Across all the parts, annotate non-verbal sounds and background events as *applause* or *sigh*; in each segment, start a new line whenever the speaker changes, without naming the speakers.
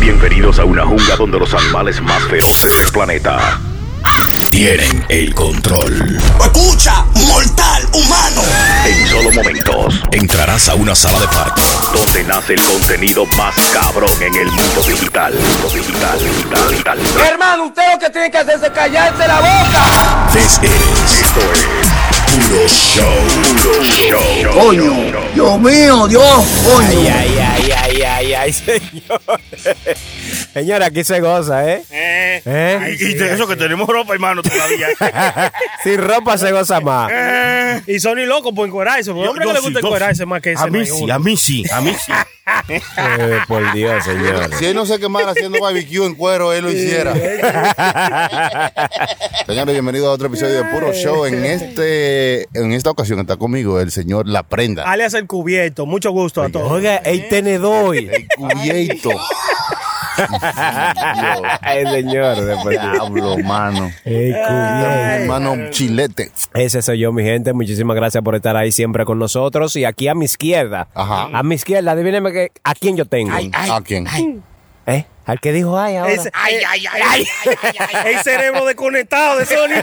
Bienvenidos a una jungla donde los animales más feroces del planeta tienen el control.
Escucha, mortal, humano.
En solo momentos entrarás a una sala de parto donde nace el contenido más cabrón en el mundo digital. Mundo digital, digital, digital.
Hermano, usted lo que tiene que hacer es callarse la boca.
This is
Esto es
puro show. Puro show.
Coño, Dios mío, Dios,
Ay,
coño.
ay, ay, ay, ay, ay, *laughs* señores. Señora, aquí se goza, ¿eh?
Eh,
¿Eh?
y-
Sí,
y de eso que tenemos ropa, hermano, todavía.
Sin ropa se goza más.
Eh,
*laughs* Y son ni locos por encuerarse. Porque
yo-
hombre
yo
que le
sí,
gusta
yo
encuerarse
sí.
más que ese.
A
no
mí
hay
sí,
uno.
a mí sí, a mí
*laughs*
sí.
Eh, por Dios, señores.
Si él no se quemara haciendo barbecue en cuero, él lo hiciera. Señores, bienvenidos a otro episodio de Puro Show. En este, en esta ocasión está conmigo el señor La Prenda.
Alias el cubierto. Mucho gusto a todos.
Oiga, el tenedor. Ay,
El
*laughs*
cubierto.
Ah.
señor, de verdad.
Diablo, mano.
Ey, cubierto.
Hermano chilete.
Ese soy yo, mi gente. Muchísimas gracias por estar ahí siempre con nosotros. Y aquí a mi izquierda.
Ajá.
A mi izquierda, adivíneme que- a quién yo tengo.
¿A quién?
¿Eh? Al que dijo ay ahora.
Ese- eh, *laughs* El cerebro desconectado
*laughs*
de Sony.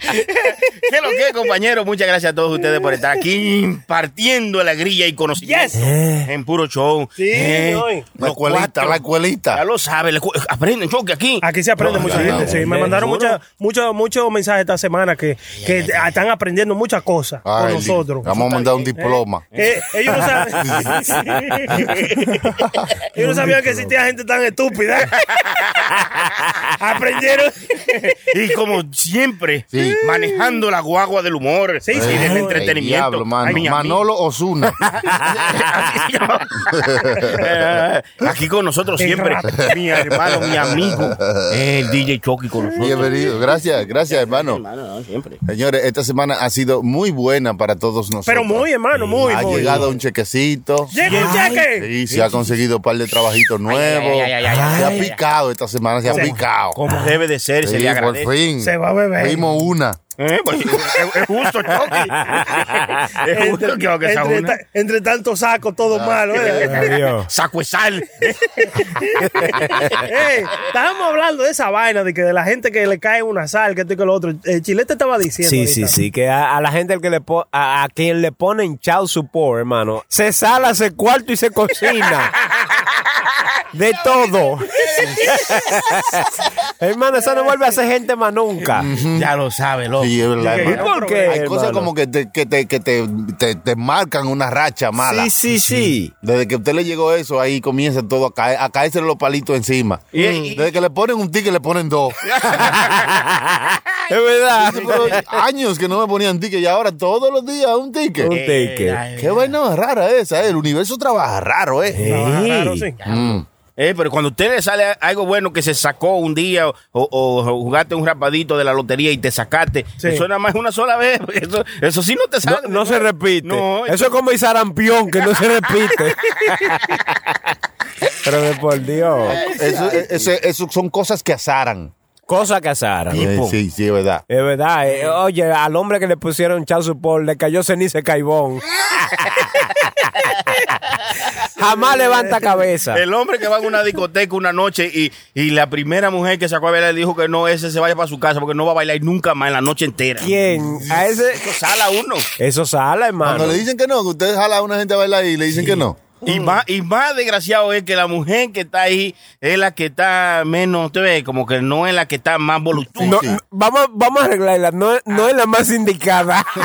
¿Qué es lo que, es, compañero? Muchas gracias a todos ustedes por estar aquí impartiendo la grilla y conocimiento
Yes.
en puro show. Eh,
Sí, señor.
La
los
escuelita,
cuatro.
la
Ya
escuelita.
lo saben, le cu- aprenden, choque aquí.
Aquí se aprende
No,
mucha
no,
gente.
no,
sí. me
hombre,
mandaron
seguro.
muchos muchos mensajes esta semana que, que están aprendiendo muchas cosas con
Ay,
nosotros.
Vamos a mandar un diploma.
Eh, ellos no saben. *laughs* Sí. ellos no sabían que existía gente
*laughs*
tan estúpida. Aprendieron.
Y como siempre,
Sí.
manejando la guagua del humor
Sí,
y
sí.
del
Ay,
entretenimiento.
Diablo, mano.
Ay, mi amigo.
*laughs*
Manolo Osuna.
Así se llama. *laughs* Aquí con nosotros
El
siempre,
rap.
mi hermano, mi amigo, el DJ Chucky con nosotros.
Bienvenido. Gracias, gracias, hermano.
Hermano, no, siempre.
Señores, esta semana ha sido muy buena para todos nosotros.
Pero muy, hermano, muy,
Ha
muy.
llegado un chequecito.
¡Llega un cheque!
Sí, se ha conseguido un par de trabajitos nuevos.
ay, ay, ay, ay,
se
ay,
ha picado esta semana, se ha picado.
Como debe de ser, se
Sí,
le
por
agradece.
fin.
Se va a beber.
Vimos una.
Eh, pues, es, es justo, Chucky. *laughs* Es
*laughs*
justo que aunque sea
entre,
una.
ta- entre tanto saco, todo
Ah,
malo.
*laughs*
¿eh?
Adiós.
Saco de sal.
Ey, estábamos hablando de esa vaina, de que de la gente que le cae una sal, que esto y que lo otro. El chilete estaba diciendo.
Sí, sí,
ahorita.
sí, que a, a la gente al que le po- a, a quien le ponen chau support, hermano, se sala, se cuarto y se cocina. De todo. *laughs* hermano, eso no vuelve a ser gente más nunca.
*laughs* ya lo sabe, loco.
Sí, es verdad,
Llegué.
¿Y
hermano.
por qué?
Hay cosas
hermano?
como que te, que te, que te, te- te marcan una racha mala.
Sí, sí, sí.
Desde que a usted le llegó eso, ahí comienza todo a, caer, a caerse los palitos encima.
*laughs*
Desde que le ponen un ticket, le ponen dos.
Es verdad.
Dice, pero años que no me ponían ticket y ahora todos los días un ticket.
Un ticket.
Qué vaina rara esa, eh. el universo trabaja raro, eh.
Ah,
Ey.
claro, sí.
Mm.
Eh, pero cuando a usted le sale algo bueno que se sacó un día o, o- o jugaste un rapadito de la lotería y te sacaste,
Sí.
eso nada más una sola vez. *laughs* Eso, eso sí no te
No,
sale. pues.
no se repite.
No,
Eso es como el sarampión, que no se repite. Pero de por Dios.
Eso, eso- eso son cosas que azaran.
Cosa que Sara.
Eh, Sí, sí, es verdad.
Es verdad. eh, oye, al hombre que le pusieron chau support le cayó ceniza de caibón.
*laughs*
Jamás levanta cabeza.
El hombre que va a una discoteca una noche y, y la primera mujer que sacó a bailar le dijo que no, ese se vaya para su casa porque no va a bailar nunca más en la noche entera.
¿Quién? A ese.
Sala uno.
Eso sala, hermano.
Cuando le dicen que no, que ustedes jala a una gente a bailar y le dicen que no.
Y más, y más desgraciado es que la mujer que está ahí es la que está menos, usted ve, como que no es la que está más voluptuosa.
No,
Sí.
Vamos, vamos a arreglarla. No, no es la más indicada. *laughs*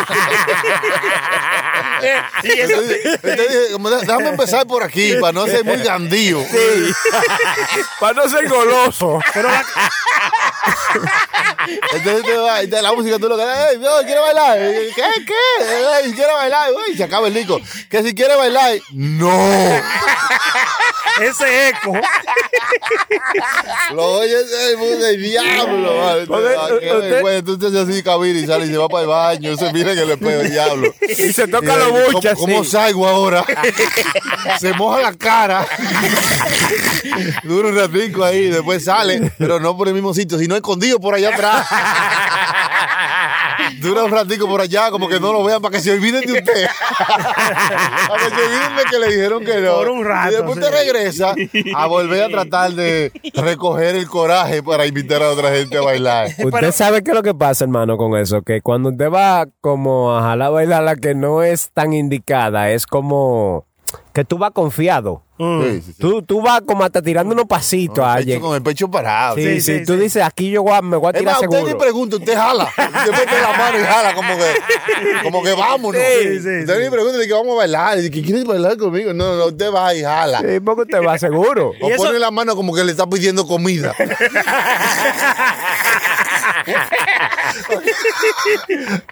Y eso-
Entonces, entonces, como, "Dé- déjame empezar por aquí para no ser muy gandío.
Para no ser goloso.
Entonces te va, y te la música, tú lo que "Ey, no, quiero bailar. Eh, ¿Qué? ¿Qué? Ey, quiero bailar. Uy, se acaba el disco. Que si quiere bailar, no.
Ese eco.
Lo oye pues, el mundo del diablo, vale.
Porque,
Ah, qué
usted-
vergüenza. Tú te haces así, cabir y sale y se va para el baño. Se mira en el espejo, el diablo.
Y se toca
Eh,
la
¿cómo-
bucha.
¿Cómo
sí.
*laughs*
salgo ahora? se moja la cara. Dura un ratico ahí, después sale, pero no por el mismo sitio, cocinó escondido por allá atrás. Dura un ratico por allá, como que no lo vean, para que se olviden de
*laughs*
usted. para que se olviden de que le dijeron que no.
Por un rato,
Y después te
sí.
regresa a volver a tratar de recoger el coraje para invitar a otra gente a bailar.
*laughs* Usted sabe qué es lo que pasa, hermano, con eso, que cuando usted va como a jalar a bailar la que no es tan indicada, es como que tú vas confiado.
Sí, sí, sí.
Tú, tú vas como hasta tirando unos pasitos. a
Pecho con el pecho parado.
Sí,
Sí,
sí,
sí,
tú
sí.
dices, aquí yo voy a- me voy a
Es
tirar
más, usted ni
seguro.
pregunta, usted
*laughs*
jala. Usted mete la mano y jala, como que, como que vámonos.
Sí, sí,
usted ni pregunta de que vamos a bailar, de que quieres bailar conmigo. No, no, usted va y jala.
Sí, porque usted va
*laughs*
seguro.
O pone la mano como que le está pidiendo
*laughs*
comida.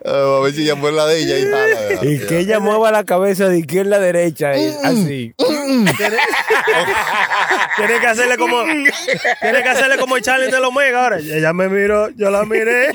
Ah, a ver si ya fue la de ella y jala. ¿verdad?
Y que ella mueva la cabeza de izquierda a derecha,
Mm,
y así.
Tienes que hacerle como. Tienes que hacerle como el challenge del Omega ahora. Ella me miró, yo la miré.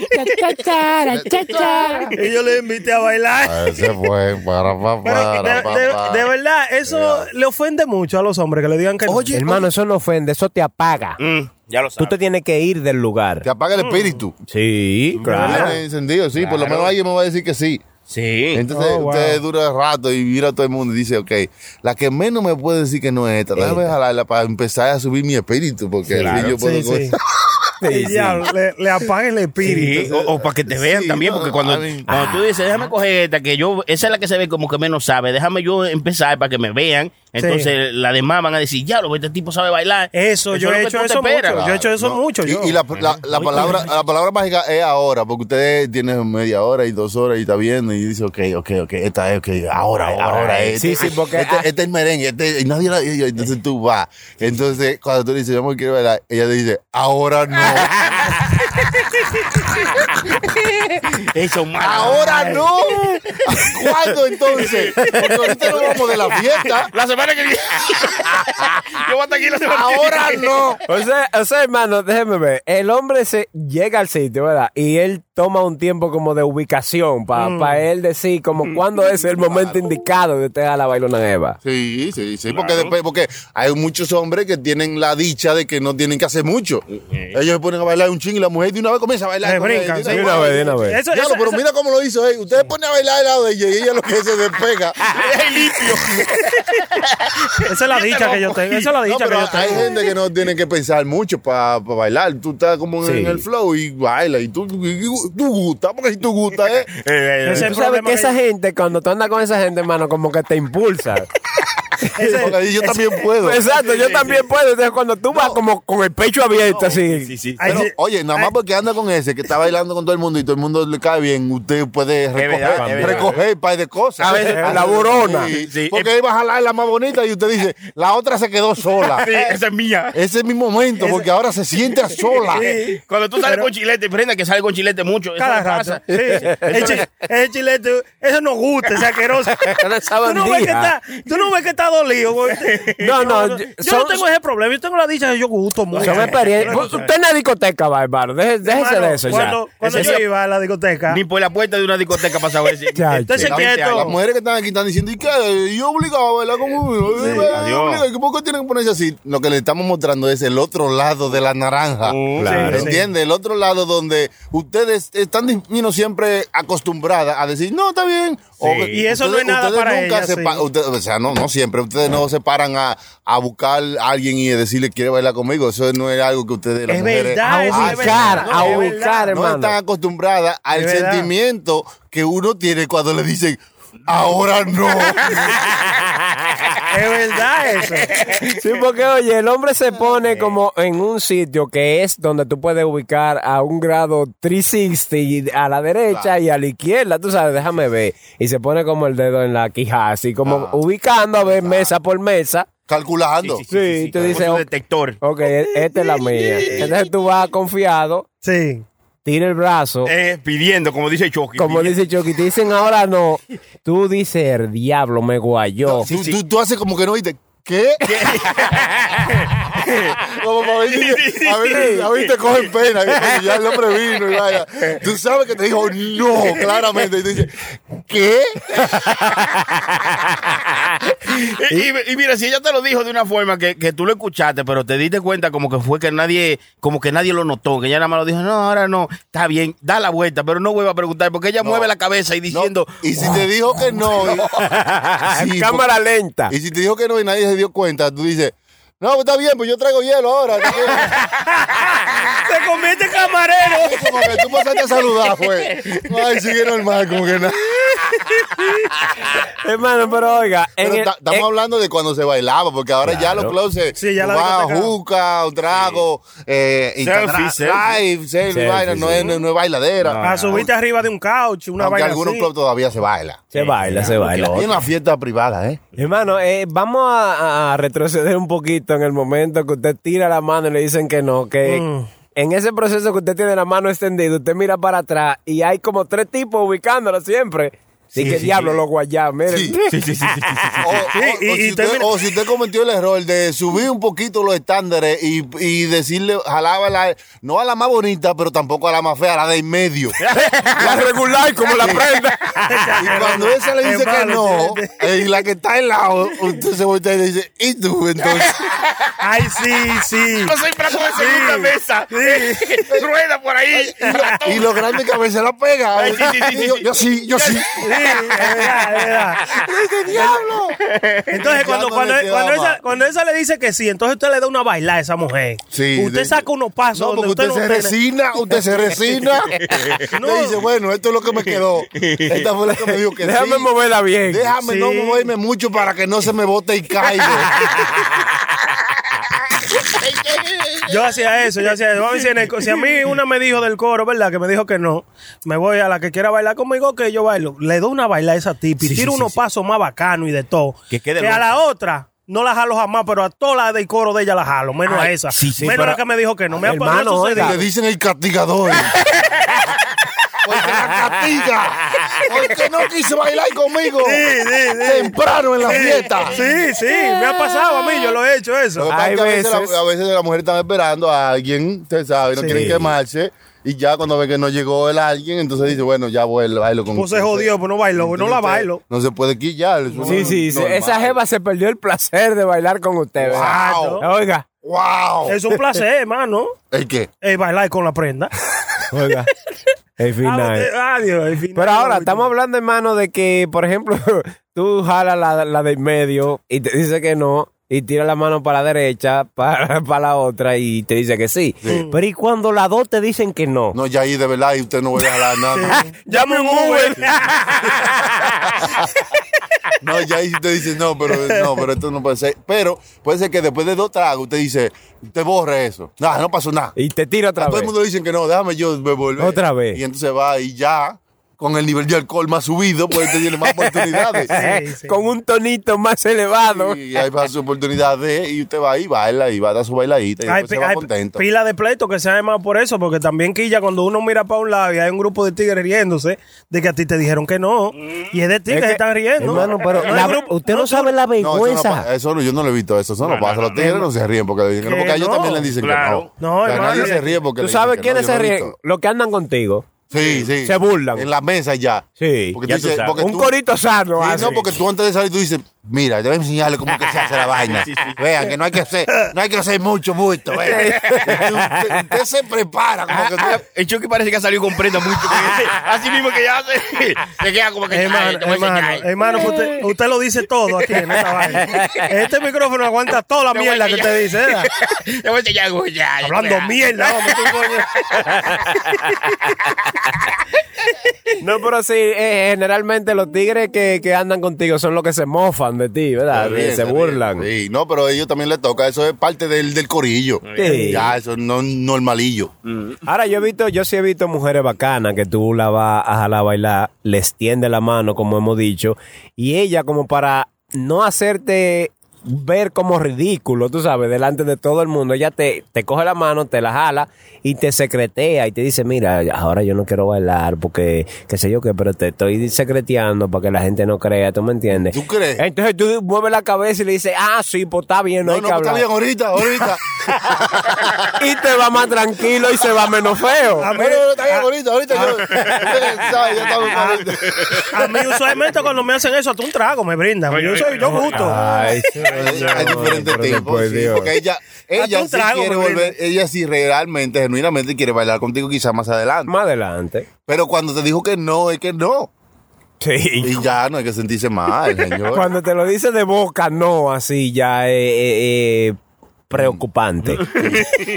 y yo le invité a bailar.
*laughs* Ah, Se fue. Para, para,
Pero de,
para, para.
de- de verdad, eso le ofende mucho a los hombres que le digan que no.
Hermano, eso no ofende, eso te apaga.
Mm. ya lo
Tú te tienes que ir del lugar.
Te apaga el espíritu.
Sí,
Ah, encendido, sí. Por lo menos alguien me va a decir que sí.
Sí.
Entonces
Oh, wow.
usted dura rato y mira a todo el mundo y dice, ok, la que menos me puede decir que no es esta, déjame jalarla para empezar a subir mi espíritu, porque así
Claro.
yo puedo...
Sí, sí. Y ya, le, le apaga el espíritu.
Sí, o, o para que te vean
Sí,
también, porque
no,
cuando,
a mí-
cuando tú dices, déjame coger esta, que yo, esa es la que se ve como que menos sabe, déjame yo empezar para que me vean. Entonces, la demás van a decir, ya lo, este tipo sabe bailar.
Eso, yo
es lo que
he hecho
tú te
eso
esperas.
mucho. Yo he hecho eso mucho,
Y,
yo.
y la, la- la palabra, la palabra mágica es ahora, porque usted tiene media hora y dos horas y está viendo y dice, ok, ok, ok, esta es, ok, ahora, ahora, es.
Sí, sí, porque-
Este, este es el merengue, este, y nadie la- y- y- entonces tú vas. Entonces, cuando tú le dices, yo me quiero bailar, ella te dice, ahora no.
Eso, mano.
¡Ahora no! *laughs* ¿Cuándo entonces? Porque ahorita no vamos de la fiesta.
La semana que viene. *laughs* yo voy a estar aquí la semana que
*laughs*
Ahora no.
O sea, o sea, hermano, déjeme ver. El hombre se llega al sitio, ¿verdad? Y él toma un tiempo como de ubicación para
Mm.
él decir como cuándo es el momento indicado de usted a la bailona Eva.
Sí, sí, sí, porque después, porque hay muchos hombres que tienen la dicha de que no tienen que hacer mucho. Ellos se ponen a bailar un ching y la mujer de una vez comienza a bailar.
Se
con él,
brincan,
de
sí,
De una vez, de una vez.
Eso-
Ya,
eso-
pero
eso-
mira cómo lo hizo, eh. Usted se pone a bailar al lado de ella y ella lo que
*laughs*
se despega.
Esa es la dicha que yo tengo. Esa es la
No,
dicha que
pero
yo
hay
tengo.
gente que no tiene que pensar mucho para bailar. Tú estás como en el flow y baila. Y tú, y- y- tú gustas, porque si tú gustas,
*laughs*
eh.
Ese es el
Tú sabes
problema
que esa
que-
gente, cuando tú andas con esa gente, hermano, como que te
*laughs*
impulsa.
Porque ahí yo también puedo.
Exacto, yo también puedo. Entonces, cuando tú vas como con el pecho abierto, así.
Ay,
Pero,
sí.
oye, nada más
Ay.
porque anda con ese que está bailando con todo el mundo y todo el mundo le cae bien, usted puede recoger,
verdad, es verdad.
recoger un par de cosas.
A veces,
Ah,
la burona.
sí,
Sí.
Porque iba a jalar la más bonita y usted dice, la otra se quedó
*laughs*
sola.
Sí, esa es mía.
Ese es mi momento, porque ahora se siente a sola.
Cuando tú sales con chilete, prenda que sale con chilete mucho. eh, eso
Cada
no
rato.
pasa.
Sí. El, chi- el chilete, eso nos gusta, es asqueroso.
Esa
Tú no, ves que
bandija.
está, tú no ves que está dolido. güey.
No, no,
Yo,
yo-
yo no
son-
tengo ese problema. Yo tengo la dicha que yo gusto mucho.
Son experiencias.
Yo no sé.
Usted en la discoteca va, hermano. Deje- Déjese
Hermano,
de eso ya.
Cuando, cuando
Ese
yo
sí-
iba a la discoteca,
Ni por la puerta de una discoteca pasa a ver si.
Chacho.
Entonces,
La
¿qué es
gente
esto?
habla
Las mujeres que están aquí están diciendo, ¿y qué? Yo obligado a bailar con uno. Eh, eh,
adiós.
obligado. ¿Y ¿Por qué tienen que ponerse así? Lo que le estamos mostrando es el otro lado de la naranja.
claro.
¿Me entiende? El otro lado donde ustedes están you know, siempre acostumbradas a decir, no, está bien.
Y eso no es nada para ellas,
se
sí.
pa- ustedes- o sea, no, no siempre. Ustedes no se paran a, a buscar a alguien y decirle, ¿quiere bailar conmigo? Eso no es algo que ustedes, las
Es
mujeres,
verdad,
a
es
hacen.
ubicar,
verdad.
a
No, es
ubicar,
verdad.
No están
hermano.
acostumbradas al
Es verdad.
sentimiento que uno tiene cuando le dicen, ahora
*laughs*
no.
es verdad eso.
*laughs* Sí, porque oye, el hombre se pone como en un sitio que es donde tú puedes ubicar a un grado 360 y a la derecha y a la izquierda, tú sabes, déjame ver. Y se pone como el dedo en la quija, así como
Ah,
ubicando a ver mesa por mesa.
Calculando.
Sí, y tú dices,
un
"Ok,
detector.
ok, e-, esta es la mía. Entonces tú vas confiado,
Sí.
tira el brazo.
Eh, pidiendo, como dice Chucky.
Como
pidiendo.
dice Chucky, te dicen ahora no.
*laughs*
Tú dices, el *laughs* diablo me guayó. *laughs*
tú, tú- tú haces como que no oíste. ¿Qué? Como para ver si- a ver si- a ver si te cogen pena. que cuando ya el hombre vino y vaya. Tú sabes que te dijo no, claramente. Y tú dices, ¿qué?
*laughs* Y, y mira, si ella te lo dijo de una forma que, que tú lo escuchaste, pero te diste cuenta como que fue que nadie, como que nadie lo notó, que ella nada más lo dijo, no, ahora no, está bien, da la vuelta, pero no vuelva a preguntar, porque ella mueve la cabeza y
No.
diciendo,
Y si te dijo que no. y- Sí,
Cámara lenta.
Y si te dijo que no y nadie se dio cuenta, tú dices, no, pues está bien, pues yo traigo hielo ahora.
Se convierte en camarero.
como que tú pasaste a saludar, fue. *laughs* Ay, sigue normal, como que nada.
Hermano, pero oiga, en
Pero
el-
ta- estamos
en-
hablando de cuando se bailaba, porque ahora ya los clubs se
Sí, ya la
va
discoteca.
juca, un trago, eh, Instagram
selfie.
live, selfie,
Selfie,
vaina, no, es, no, no es bailadera.
A subirte arriba de un couch, Ah, una
Aunque
vaina
algunos
así.
clubs todavía se baila.
se baila, se baila.
Y en las fiestas privadas, ¿eh?
Hermano, eh, vamos a, a retroceder un poquito en el momento que usted tira la mano y le dicen que no, que
Mm.
en ese proceso que usted tiene la mano extendida, usted mira para atrás y hay como tres tipos ubicándolo siempre. Sí, que diablo, los guayá, miren.
Sí, O, o-
y-
o
y
si usted,
termina-
o si usted cometió el error de subir un poquito los estándares y, y decirle, jalaba la, no a la más bonita, pero tampoco a la más fea, a la de en medio.
*laughs* La regular como la prenda.
Y cuando esa le dice
Es
que
malo,
no,
¿entiendes?
eh, y la que está al lado, usted se voltea y le dice, ¿y tú entonces?
Ay, sí, sí.
no soy plato de segunda mesa, rueda por ahí.
Y lo grande que a veces la pega.
Ay, sí, sí, sí, sí,
yo,
sí.
yo sí, yo sí.
Sí, es verdad, es verdad.
¡Diablo!
Entonces,
Ya
cuando,
no
cuando,
le queda
cuando
más.
esa, cuando esa le dice que sí, entonces usted le da una baila a esa mujer.
Sí,
usted
de-
saca unos pasos
No, porque
donde
usted,
usted, no
se
tiene.
resina, usted se resina. Le dice, bueno, esto es lo que me quedó. Esta fue la que me dijo que
Déjame
sí.
moverla bien.
Déjame
Sí.
no moverme mucho para que no se me bote y caiga.
Yo hacía eso, yo hacía eso. Vamos a decir, en el co- si a mí una me dijo del coro, ¿verdad? Que me dijo que no. Me voy a la que quiera bailar conmigo, que yo bailo. Le doy una baila a esa tipa y tiro unos pasos más bacanos y de todo.
Que quede
a
loca.
la otra. No la jalo jamás, pero a todas las del coro de ella la jalo, menos a esa.
sí, sí,
menos
pero-
a la que me dijo que no. Me ha- me ha
Hermano,
sucedido.
oiga.
Le dicen el castigador. Porque la castiga. Porque no quiso bailar conmigo.
Sí, sí, sí.
Temprano en la fiesta.
Sí, sí, me ha pasado a mí, yo lo he hecho
Lo
eso.
que pasa
Hay
es que a veces,
veces-
la, a veces la mujer está esperando a alguien, usted sabe, no quieren quemarse. Y ya cuando ve que no llegó el alguien, entonces dice, bueno, ya voy, bailo con
Pues se jodió, pues no bailo, pues no la
Entonces,
bailo.
No se puede quillar. eso
Sí,
es
sí, sí.
normal.
Esa jeva se perdió el placer de bailar con usted, ¿verdad?
¡Wow! *laughs*
Oiga,
¡Wow!
Es un placer, hermano,
¿El qué?
eh, bailar con la prenda.
oiga. El
Ah,
final.
eh, Adiós, el final.
Pero ahora estamos hablando, hermano, de que, por ejemplo, *laughs* tú jalas la, la del medio y te dice que no, y tira la mano para la derecha, *laughs* para, para la otra, y te dice que sí. Pero ¿y cuando las dos te dicen que no?
No, ya ahí de verdad, y usted no vuelve a jalar nada.
Llame un Uber.
No, ya ahí usted dice, no, pero no, pero esto no puede ser. Pero puede ser que después de dos tragos usted dice, te borre eso. Nada, no pasó nada.
Y te tira otra
todo
vez.
el mundo dice que no, déjame yo me volver.
Otra vez.
Y entonces va y ya, con el nivel de alcohol más subido, pues usted
*laughs*
tiene más oportunidades.
Eh,
Sí, sí.
Con un tonito más elevado.
Y ahí va su oportunidad de, y usted va y baila, y va a dar su bailadita, y
Hay,
después pues, se
pi-
va
hay
contento.
pila de pleitos que se han llamado por eso, porque también quilla cuando uno mira para un lado y hay un grupo de tigres riéndose de que a ti te dijeron que no y es de ti
Es
que
que-
se están riendo.
Hermano, pero
No hay
la-
grupo-
usted no, sabe la
No, eso, no,
vergüenza.
pa- eso no, yo no lo he visto eso, eso no, pasa. Los tigres no se ríen porque le dicen que no,
Que
porque a ellos
no,
también le dicen
claro.
que no.
No,
O sea,
hermano.
nadie se ríe porque
¿Tú
le
sabes
dicen que no,
quiénes
yo
se
lo he
ríen?
visto.
Los que andan contigo.
Sí, sí.
Se burlan.
En la mesa ya.
Sí.
Porque
Ya
tú
tú
dices-
sabes.
porque
un
tú-
corito sano.
Sí,
así.
no, porque tú antes de salir tú dices, mira, yo voy a enseñarle cómo que se hace la vaina. Vean que no hay que hacer, no hay que hacer mucho, mucho. vean. Y tú- Usted, usted se prepara como que
Ah,
tú-
*laughs* El Chucky parece que ha salido con prenda mucho. porque Así mismo que ya hace. *laughs* Se queda como que. "Ay,
Hermano,
te voy a enseñar".
hermano, hermano, pues usted, usted lo dice todo aquí en esta
*laughs*
vaina. Este micrófono aguanta toda la
Te voy a
mierda que
enseñar.
usted dice, ¿verdad?
*laughs* Te voy a enseñar, güey, ya, ya,
Hablando
ya.
mierda, vamos, tú, coño.
*laughs* No, pero sí, eh, generalmente los tigres que, que andan contigo son los que se mofan de ti, ¿verdad?
ríen,
Ah, se
ríen.
burlan.
Sí, no, pero a ellos también les toca. Eso es parte del, del corillo.
Sí.
Ya, eso no es normalillo.
Ahora yo he visto, yo sí he visto mujeres bacanas que tú la vas a jalar a bailar, les tiende la mano, como hemos dicho, y ella como para no hacerte ver como ridículo, tú sabes, delante de todo el mundo. Ella te, te coge la mano, te la jala y te secretea y te dice, mira, ahora yo no quiero bailar porque qué sé yo qué, pero te estoy secreteando para que la gente no crea, ¿tú me entiendes?
¿Tú crees?
Entonces tú mueves la cabeza y le dices, ah, sí, pues está bien, no,
No,
hay
no,
que
está
hablar.
bien, ahorita,
*laughs*
ahorita.
y te va más tranquilo y se va menos feo.
No, no, no, está bien, ahorita, ahorita. yo-
*laughs*
¿Sabes? Ya estamos ahorita.
*laughs* A mí usualmente cuando me hacen eso, hasta un trago me brindan.
Oye,
yo
oye,
soy yo
oye.
justo.
Ay, señor,
Hay diferentes
por
tipos,
Dios.
sí, porque ella, ella
Hazte un
sí
trago,
quiere
Gabriel.
volver, ella sí realmente, genuinamente quiere bailar contigo quizás más adelante.
Más adelante.
Pero cuando te dijo que no, es que no.
Sí.
Y ya no hay que sentirse mal, señor.
Cuando te lo dice de boca, no, así ya eh, eh, eh, preocupante.
Mm.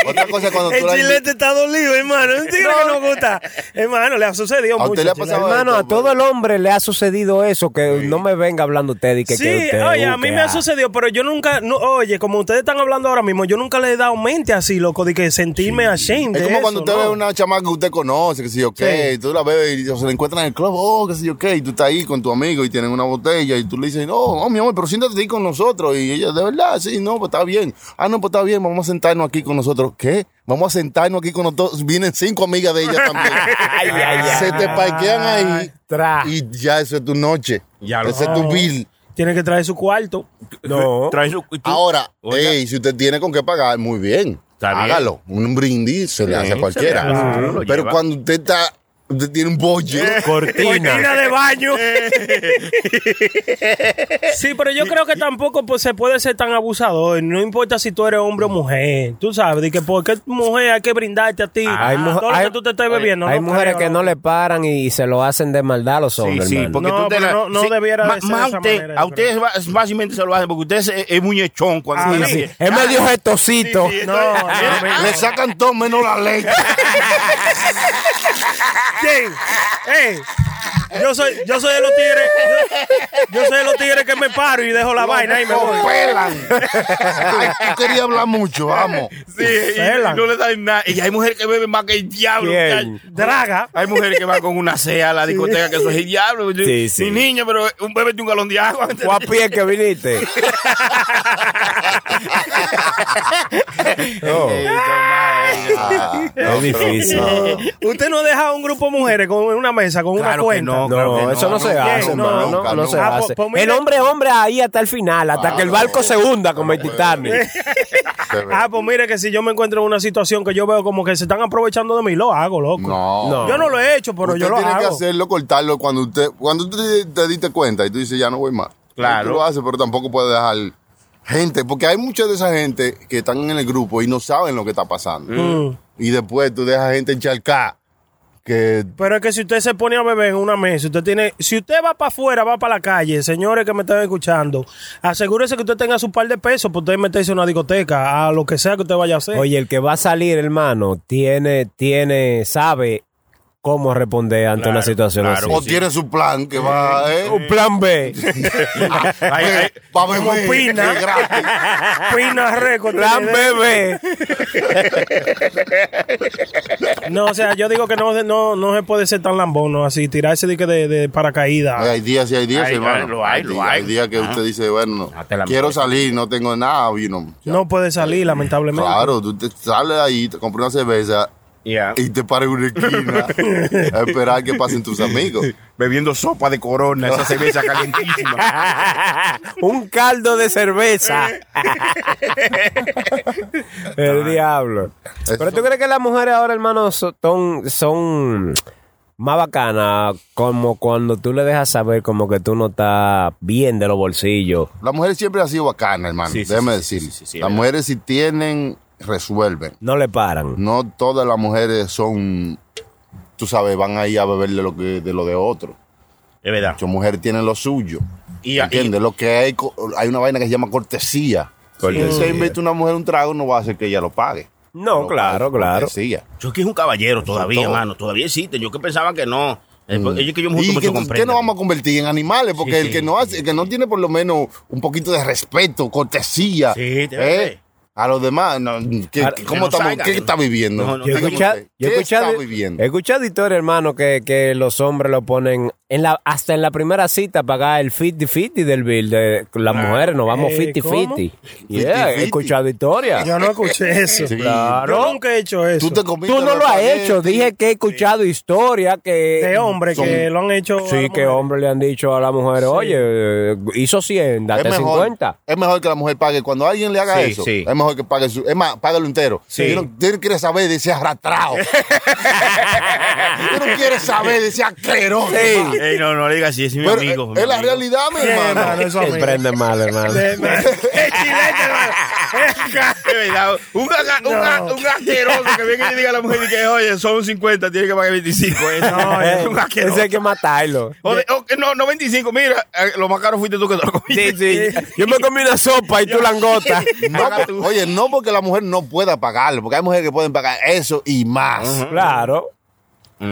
Otra cosa es cuando
El
tú la invi-
chilete está dolido, hermano. Es un tigre que no gusta. Hermano, le ha sucedido
¿A usted
mucho.
le ha
chilete.
pasado
Hermano, a
Esto,
todo el hombre le ha sucedido eso, que no me venga hablando usted y que,
Sí,
que usted,
oye,
uh,
a mí
que,
me
ah.
ha sucedido, pero yo nunca, no, oye, como ustedes están hablando ahora mismo, yo nunca le he dado mente así, loco, de que sentirme ashamed.
Es
de
como
eso,
cuando usted
¿no?
ve una chamaca que usted conoce, que sé yo qué,
Sí.
y tú la ves y se la encuentran en el club, oh, que sé yo qué, y tú estás ahí con tu amigo y tienen una botella y tú le dices, no, oh, mi amor, pero siéntate ahí con nosotros. Y ella, de verdad, sí, no, pues está bien. Ah, no, pues está bien, vamos a sentarnos aquí con nosotros. ¿Qué? Vamos a sentarnos aquí con nosotros. Vienen cinco amigas de ella también.
Ay, ay, ay.
se te parquean ahí
Tra.
y ya eso es tu noche.
Ya lo-
Ese es tu bill.
Tiene que traer su cuarto.
No.
Trae su- y tú-
Ahora,
Oiga.
ey, si usted tiene con qué pagar, muy bien.
Está bien.
Hágalo. Un brindis se le hace a cualquiera.
se le hace, claro, lo
Pero
lleva. Eh.
cuando usted está, usted tiene un bolle.
Cortina.
Cortina de baño. sí, pero yo creo que tampoco pues, se puede ser tan abusador. No importa si tú eres hombre o mujer. Tú sabes, de que porque mujer hay que brindarte a ti. Ah,
Hay mu-
todo lo
hay-
que tú te estés bebiendo.
Hay
no
mujeres
creo,
que no le paran y se lo hacen de maldad a los
Sí,
hombres.
sí,
hermano.
porque
No,
tú te
pero
la-
no- no
sí,
debiera de
ma-
ser
más
de esa
a usted-
manera,
a
yo
ustedes va- fácilmente se lo hacen porque usted es, es muñechón cuando
Sí,
está
sí. Ah.
en la-
Es medio gestosito.
No, no, no.
Le sacan todo menos la leche.
*laughs*
¿Quién? Ey, Yo soy, yo soy de los tigres. Yo, yo soy de los tigres que me paro y dejo la vaina y me voy.
Lo pelan. Ay, tú querías hablar mucho, vamos.
*laughs* Sí, y-
Pelan.
y no le dan nada. Y hay mujeres que beben más que el diablo.
Bien.
muchacho.
Draga.
Hay mujeres que van con una cea a la discoteca que eso es el diablo. Yo-
Sí, sí.
Mi niño, pero un bébete un galón de agua. *laughs*
Guapi es que viniste. No,
Ah,
Ah,
es difícil.
Usted no deja un grupo de mujeres con en una mesa, con una
Claro que
cuenta.
no.
No,
Claro que
eso no,
no,
se
nunca,
hace,
nunca,
hermano, no,
nunca,
no se
nunca. Ah,
hace.
pues- pues mira-
el hombre es hombre ahí hasta el final, hasta que el
Claro.
barco se hunda como el Titanic.
Ah, pues mire que si yo me encuentro en una situación que yo veo como que se están aprovechando de mí, lo hago, loco.
No.
No.
Yo no lo he hecho, pero
usted
yo lo
tiene que
hago.
hacerlo, cortarlo cuando usted, cuando tú te, te diste cuenta y tú dices ya no voy más.
Claro.
Tú lo haces, pero tampoco puedes dejar gente, porque hay mucha de esa gente que están en el grupo y no saben lo que está pasando. Y después tú dejas gente encharcar. Que
Pero es que si usted se pone a beber en una mesa, usted tiene, si usted va para afuera, va para la calle, señores que me están escuchando, asegúrese que usted tenga su par de pesos para usted meterse en una discoteca, a lo que sea que usted vaya a hacer.
Oye, el que va a salir, hermano, tiene, tiene, sabe cómo responder ante
Claro,
una situación
claro.
así.
o tiene su plan que va eh,
Un plan B.
Ay, ay,
va a beber,
opina.
que es gratis.
Pina Record.
plan
TND.
B, B.
No, o sea, yo digo que no, no, no se puede ser tan lambón, ¿no? Así, tirarse de, que de, de
Ay,
paracaídas.
hay días y hay días,
Ay,
hermano.
lo hay, lo
días-
hay.
días que
Ajá.
usted dice, bueno,
Hazte la
quiero
mierda.
salir, no tengo nada, vino.
No puede salir, lamentablemente.
Claro, tú te sales ahí, te compras una cerveza
ya.
y te paras en una esquina a esperar que pasen tus amigos.
Bebiendo sopa de corona, esa cerveza calientísima.
Un caldo de *laughs* cerveza. el diablo. Pero tú crees que las mujeres ahora, hermano, so- son, son más bacanas, como cuando tú le dejas saber como que tú no estás bien de los bolsillos.
Las mujeres siempre han sido bacanas, hermano.
Sí, sí,
déjame
sí,
decir.
sí, sí, sí,
las
es
mujeres si tienen, resuelven.
No le paran.
No todas las mujeres son, tú sabes, van ahí a beberle lo que, de lo de otro.
*laughs* Es verdad.
Muchas mujeres tienen lo suyo.
Y-
¿Entiendes? Lo que hay, co- hay una vaina que se llama cortesía. Si usted invita a una mujer un trago, no va a hacer que ella lo pague.
No,
Lo
claro,
pague
claro.
Cortesía.
Yo que es un caballero todavía,
todo.
hermano. Todavía existe. Yo que pensaba que no. Eh, porque Yo que yo me
Mm. ¿Y
junto
que,
mucho
qué nos vamos a convertir en animales? Porque
Sí,
el
sí,
que no hace, el que no tiene por lo menos un poquito de respeto, cortesía,
Sí, te
¿eh?
ves.
a los demás, no, ¿qué,
Ahora,
qué-
que
¿cómo
no
estamos?
salgan.
¿Qué está viviendo?
No, no,
Yo he
Dígame
escuchado, eh,
usted,
yo he
¿Qué
escuchado-
está viviendo?
he escuchado historias, hermano, que, que los hombres lo ponen en la, hasta en la primera cita pagar el 50-50 del bill de las mujeres, nos vamos
eh,
50-50. Yeah,
50-50.
escuchado historia.
Yo no escuché eso.
Sí.
Yo nunca he hecho eso.
Tú te comiste
Tú no
los
lo has hecho,
espaguetis.
dije que he escuchado historia que...
de hombre que
son-
lo han hecho. a
Sí,
la
que
mujer.
hombre le han dicho a la mujer, oye, eh, hizo 100,
Es
date
mejor,
50.
es mejor que la mujer pague. Cuando alguien le haga
Sí,
eso,
sí.
es mejor que pague su. Es más, págalo entero. Yo no- Tú no, quieres saber de
*laughs*
ese arrastrado.
*laughs*
tú no quieres saber de ese asqueroso. hermano.
Ey, no, no le digas así, eh, es mi
Pero
amigo.
es,
mi
es la
amigo.
realidad, mi
Sí, hermano,
hermano.
eso a mí.
Prende mal, hermano.
De- de- ¡Qué chilete, hermano!
*laughs* De verdad, un, aga- un, a- un asqueroso que viene y le diga a la mujer y que, oye, son 50, tiene que pagar 25. ¿eh? No, *laughs* es un asqueroso.
Ese hay que matarlo.
O de- o que no, no 25, mira, eh, lo más caro fuiste tú que te lo comiste.
*laughs*
Yo me comí una sopa y tú langota.
No, po- oye, no porque la mujer no pueda pagarlo, porque hay mujeres que pueden pagar eso y más.
Claro.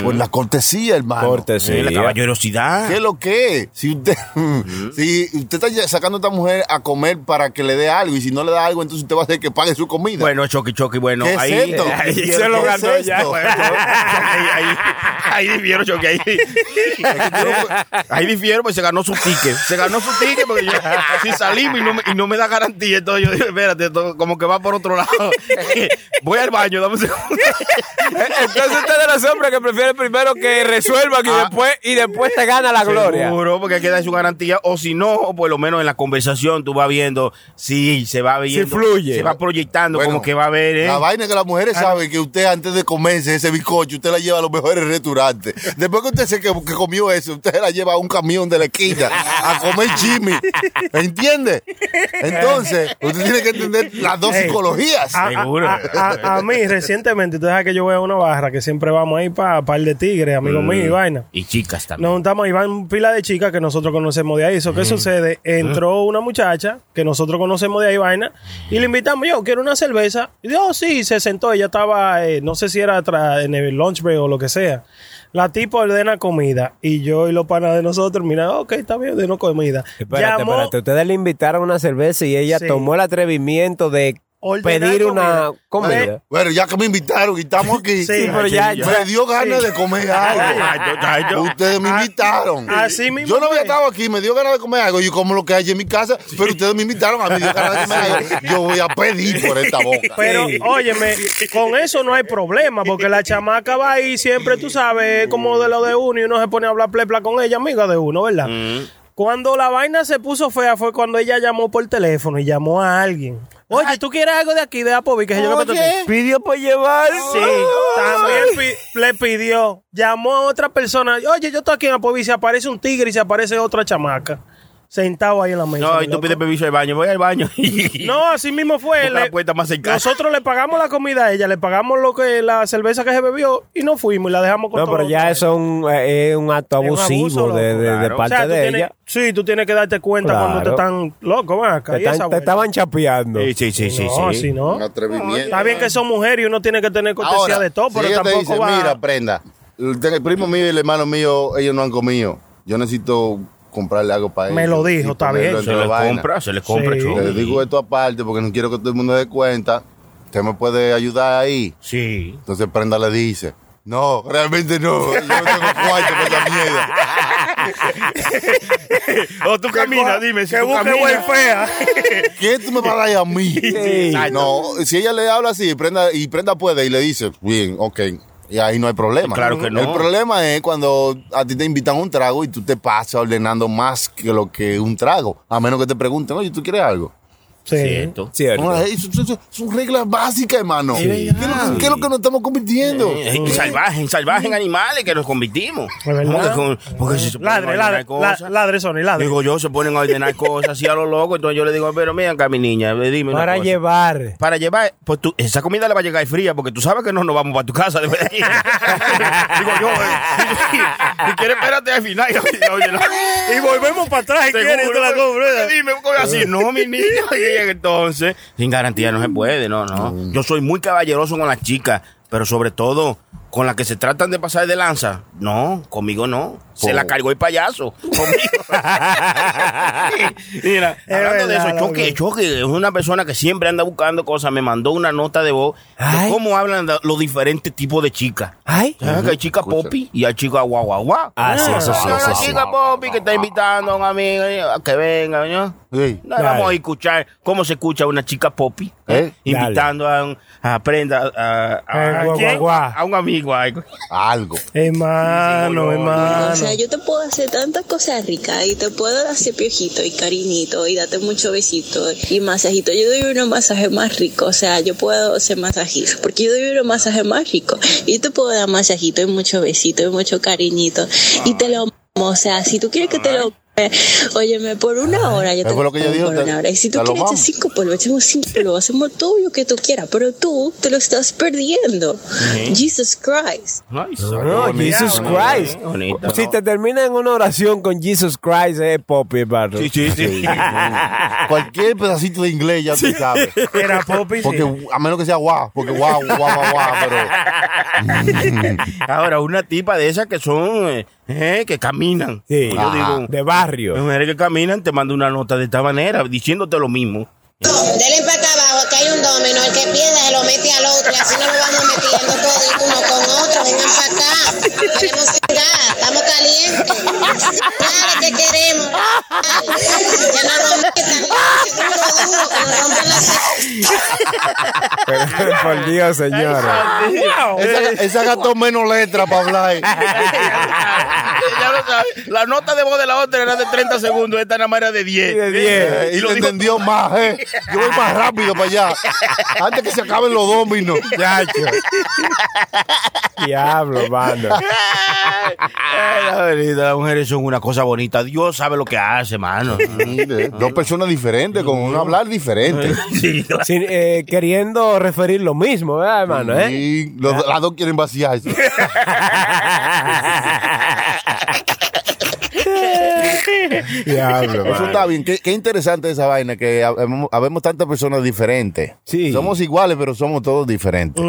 Por la cortesía,
Ah,
hermano.
Cortesía.
la caballerosidad.
¿Qué es lo que? es? Si usted, *laughs* si usted está sacando a esta mujer a comer para que le dé algo y si no le da algo, entonces usted va a hacer que pague su comida.
Bueno, Choki Choki, bueno,
¿Qué es
ahí,
esto?
ahí
¿Qué
se lo
es
ganó ya.
esto?
bueno, *laughs* ahí, ahí, ahí difiero, Choki, ahí. *laughs* Ahí difiero, pues se ganó su ticket. Se ganó su ticket porque yo, si salimos y no me, y no me da garantía, entonces yo digo, espérate, esto como que va por otro lado. *laughs* Voy al baño, dame un segundo.
Entonces usted es de los hombres que prefieren primero *laughs* que resuelvan y después y después te gana la gloria.
Seguro, porque hay que dar su garantía. O si no, o por lo menos en la conversación tú vas viendo si se va viendo.
fluye.
Se va proyectando
Bueno,
como que va a haber, ¿eh?
La vaina es que las mujeres saben que usted antes de comerse ese bizcocho, usted la lleva a los mejores restaurantes. Después que usted se que, que comió eso, usted la lleva a un camión de la esquina a comer chimi. ¿Entiende? Entonces, usted tiene que entender las dos
Ey.
psicologías.
A, a-
Seguro.
a- a- a mí, recientemente, tú sabes que yo voy a una barra que siempre vamos ahí para par de tigres, amigos
Mm.
míos y vaina.
Y chicas también.
Nos juntamos y van pila de chicas que nosotros conocemos de ahí. Eso,
Mm.
¿Qué sucede?
Ah.
Entró una muchacha que nosotros conocemos de ahí, vaina, y le invitamos, yo quiero una cerveza. Y dijo, "Oh, sí, se sentó, ella estaba, eh, no sé si era atrás en el lunch break o lo que sea. La tipa ordena comida y yo y los panas de nosotros, mira, ok, está bien, ordenó comida.
Espérate,
Llamó,
espérate. Ustedes le invitaron una cerveza y ella
Sí.
tomó el atrevimiento de
Ordenar
pedir una
comida.
comida. Pues,
Bueno, ya que me invitaron y estamos aquí,
Sí,
pero ya-
me dio ganas de comer algo. Ustedes me
Ah,
invitaron.
así mismo
Yo no había
fue.
estado aquí, me dio ganas de comer algo. Yo como lo que hay en mi casa, pero ustedes me invitaron, a mí me dio ganas de comer algo. Yo voy a pedir por esta boca.
Pero, óyeme, con eso no hay problema, porque la chamaca va ahí siempre, tú sabes, es como de lo de uno y uno se pone a hablar plepla con ella, amiga de uno, ¿verdad?
Mm.
Cuando la vaina se puso fea fue cuando ella llamó por teléfono y llamó a alguien. Oye, ¿tú quieres algo de aquí, de Apovi? Que yo que
Oye.
Pidió por llevar.
Sí, también pi- le pidió, llamó a otra persona. Oye, yo estoy aquí en Apovi, se aparece un tigre y se aparece otra chamaca. Sentado ahí en la mesa.
No,
mi
y tú
loco.
pides permiso al baño. Voy al baño.
No, así mismo fue.
Busca la
Le-
puerta más cercana.
nosotros le pagamos la comida a ella, le pagamos lo que la cerveza que se bebió y no fuimos y la dejamos con
No,
todo
pero
lo
ya
que-
eso es un, eh, es un acto
Es un
abusivo
abuso,
de,
loco,
de- de
claro.
O
parte
sea, tú
de
tienes-
ella.
Sí, tú tienes que darte cuenta cuando te
Claro.
están loco, ven acá,
Te,
y esa
están- te
vuelta.
estaban chapeando.
Sí, sí, sí, sí.
No,
sí.
si no.
Un atrevimiento.
Está bien que son mujeres y uno tiene que tener cortesía
Ahora,
de todo,
si
pero
ella te
tampoco
dice,
va.
Mira, prenda, el el primo mío y el hermano mío, ellos no han comido. Yo necesito comprarle algo para ellos.
Me lo dijo,
y
está
ponerlo
bien.
entre
Se
la
le
vaina.
compra, se le compra.
Sí.
Choki.
Le digo esto aparte porque no quiero que todo el mundo dé cuenta. Usted me puede ayudar ahí.
Sí.
Entonces Prenda le dice, no, realmente no, yo no tengo cuarto para esa mierda.
O tú caminas, dime. Si
Que
tú
busque
caminas.
fea.
¿Qué tú me vas a dar a mí? No, si ella le habla así prenda, y prenda puede y le dice, bien, ok, y ahí no hay problema.
Claro que no.
El problema es cuando a ti te invitan un trago y tú te pasas ordenando más que lo que un trago, a menos que te pregunten, oye, ¿tú quieres algo?
Sí.
Cierto.
Cierto.
Ahora, eso- eso- eso Son reglas básicas, hermano. ¿Qué, es lo que- qué es lo que nos estamos convirtiendo?
En salvajes, en salvajes, en animales que nos convertimos.
Es verdad.
Porque con- Porque si se ponen a
Ladre,
ordenar
ladre,
cosas.
la- ladre, Sony, ladre.
Digo yo, se ponen a ordenar cosas así a lo loco. Entonces yo le digo, pero mira acá, mi niña, dime. una
Para
cosa.
llevar.
Para llevar, pues tú, esa comida le va a llegar fría porque tú sabes que no nos vamos para tu casa después de aquí. Digo yo, eh, si quieres, espérate al final. Y, oye, la-
Y volvemos para atrás y quieres y te la compro. ¿verdad?
Dime, ¿cómo es así? No, mi niño. Y entonces,
Mm.
sin garantía no se puede, no, no. Yo soy muy caballeroso con las chicas, pero sobre todo con las que se tratan de pasar de lanza, no, conmigo no. Se la cargó el payaso.
*laughs*
Conmigo. Mira,
Es
hablando de
verdad,
eso, Choque,
loco.
Choque es una persona que siempre anda buscando cosas. Me mandó una nota de voz
Ay.
de cómo hablan la- los diferentes tipos de chicas.
Ay.
¿Sabes que hay chica popi y hay chica guau guau guau?
Ah, sí, eso sí,
Hay
eso
una
sí.
chica popi que está invitando a un amigo eh, a que venga, ¿no?
Sí.
No,
Dale.
vamos a escuchar cómo se escucha una chica popi
¿Eh?
¿eh? invitando a, un, a prenda a, a,
Ah,
a-
guau,
¿quién?
guau, guau.
A un amigo. a algo.
Algo.
Hermano,
Sí, sí,
hermano.
O sea, yo te puedo hacer tantas cosas ricas y te puedo dar ese piojito y cariñito y darte mucho besito y masajito. Yo doy unos masajes más ricos, o sea, yo puedo ser masajista porque yo doy unos masajes más ricos y yo te puedo dar masajito y mucho besito y mucho cariñito y te lo o sea, si tú quieres que te lo Óyeme, por una hora yo
Eso fue lo que yo
como
digo,
por
te-
una hora. Y si
te
tú
lo
quieres
mamo.
echar cinco polvos, echemos cinco polvos, hacemos todo lo que tú quieras, pero tú te lo estás perdiendo. Jesus Christ.
Nice.
No, Jesus
bonito,
Christ.
bonito.
Si te termina en una oración con Jesus Christ, es Poppy, hermano.
Sí, sí, sí.
Cualquier pedacito de inglés ya se sabe.
Era Poppy.
Porque
sí.
a menos que sea guau, porque guau, guau, guau, guau, pero
Ahora, una tipa de esas que son, eh, eh, que caminan.
Sí.
Yo digo,
Ah, de
*laughs*
barrio. *laughs*
mujeres que caminan te manda una nota de esta manera, diciéndote lo mismo.
Dele pata abajo, que hay un domino. El que pierda se lo mete al otro. Y así nos lo vamos metiendo todo uno con otro. Vengan para acá. Queremos cingar. Estamos calientes. Dale, que queremos. Dale. Que nos rompetan. Duro, duro. Que nos rompan las
Pero, por Dios, señora.
esa, esa gastó menos letras para hablar.
Ya lo sabes. La nota de voz de la otra era de 30 segundos, esta nada más era de 10.
De 10.
Eh,
*laughs*
y
Y lo
lo
dijo-
entendió más, ¿eh? Yo voy más rápido para allá. Antes que se acaben los dominos.
Chacho. Diablo, mano.
Ay, la verdad, las mujeres son una cosa bonita. Dios sabe lo que hace, mano.
Dos personas diferentes, con un hablar diferente.
Sin- eh, queriendo referir lo mismo, ¿verdad, hermano? eh?
Y los- las dos quieren vaciarse.
*laughs* Diablo,
Eso
mano.
está bien. Qué, qué interesante esa vaina, que habemos, habemos tantas personas diferentes.
Sí.
Somos iguales, pero somos todos diferentes.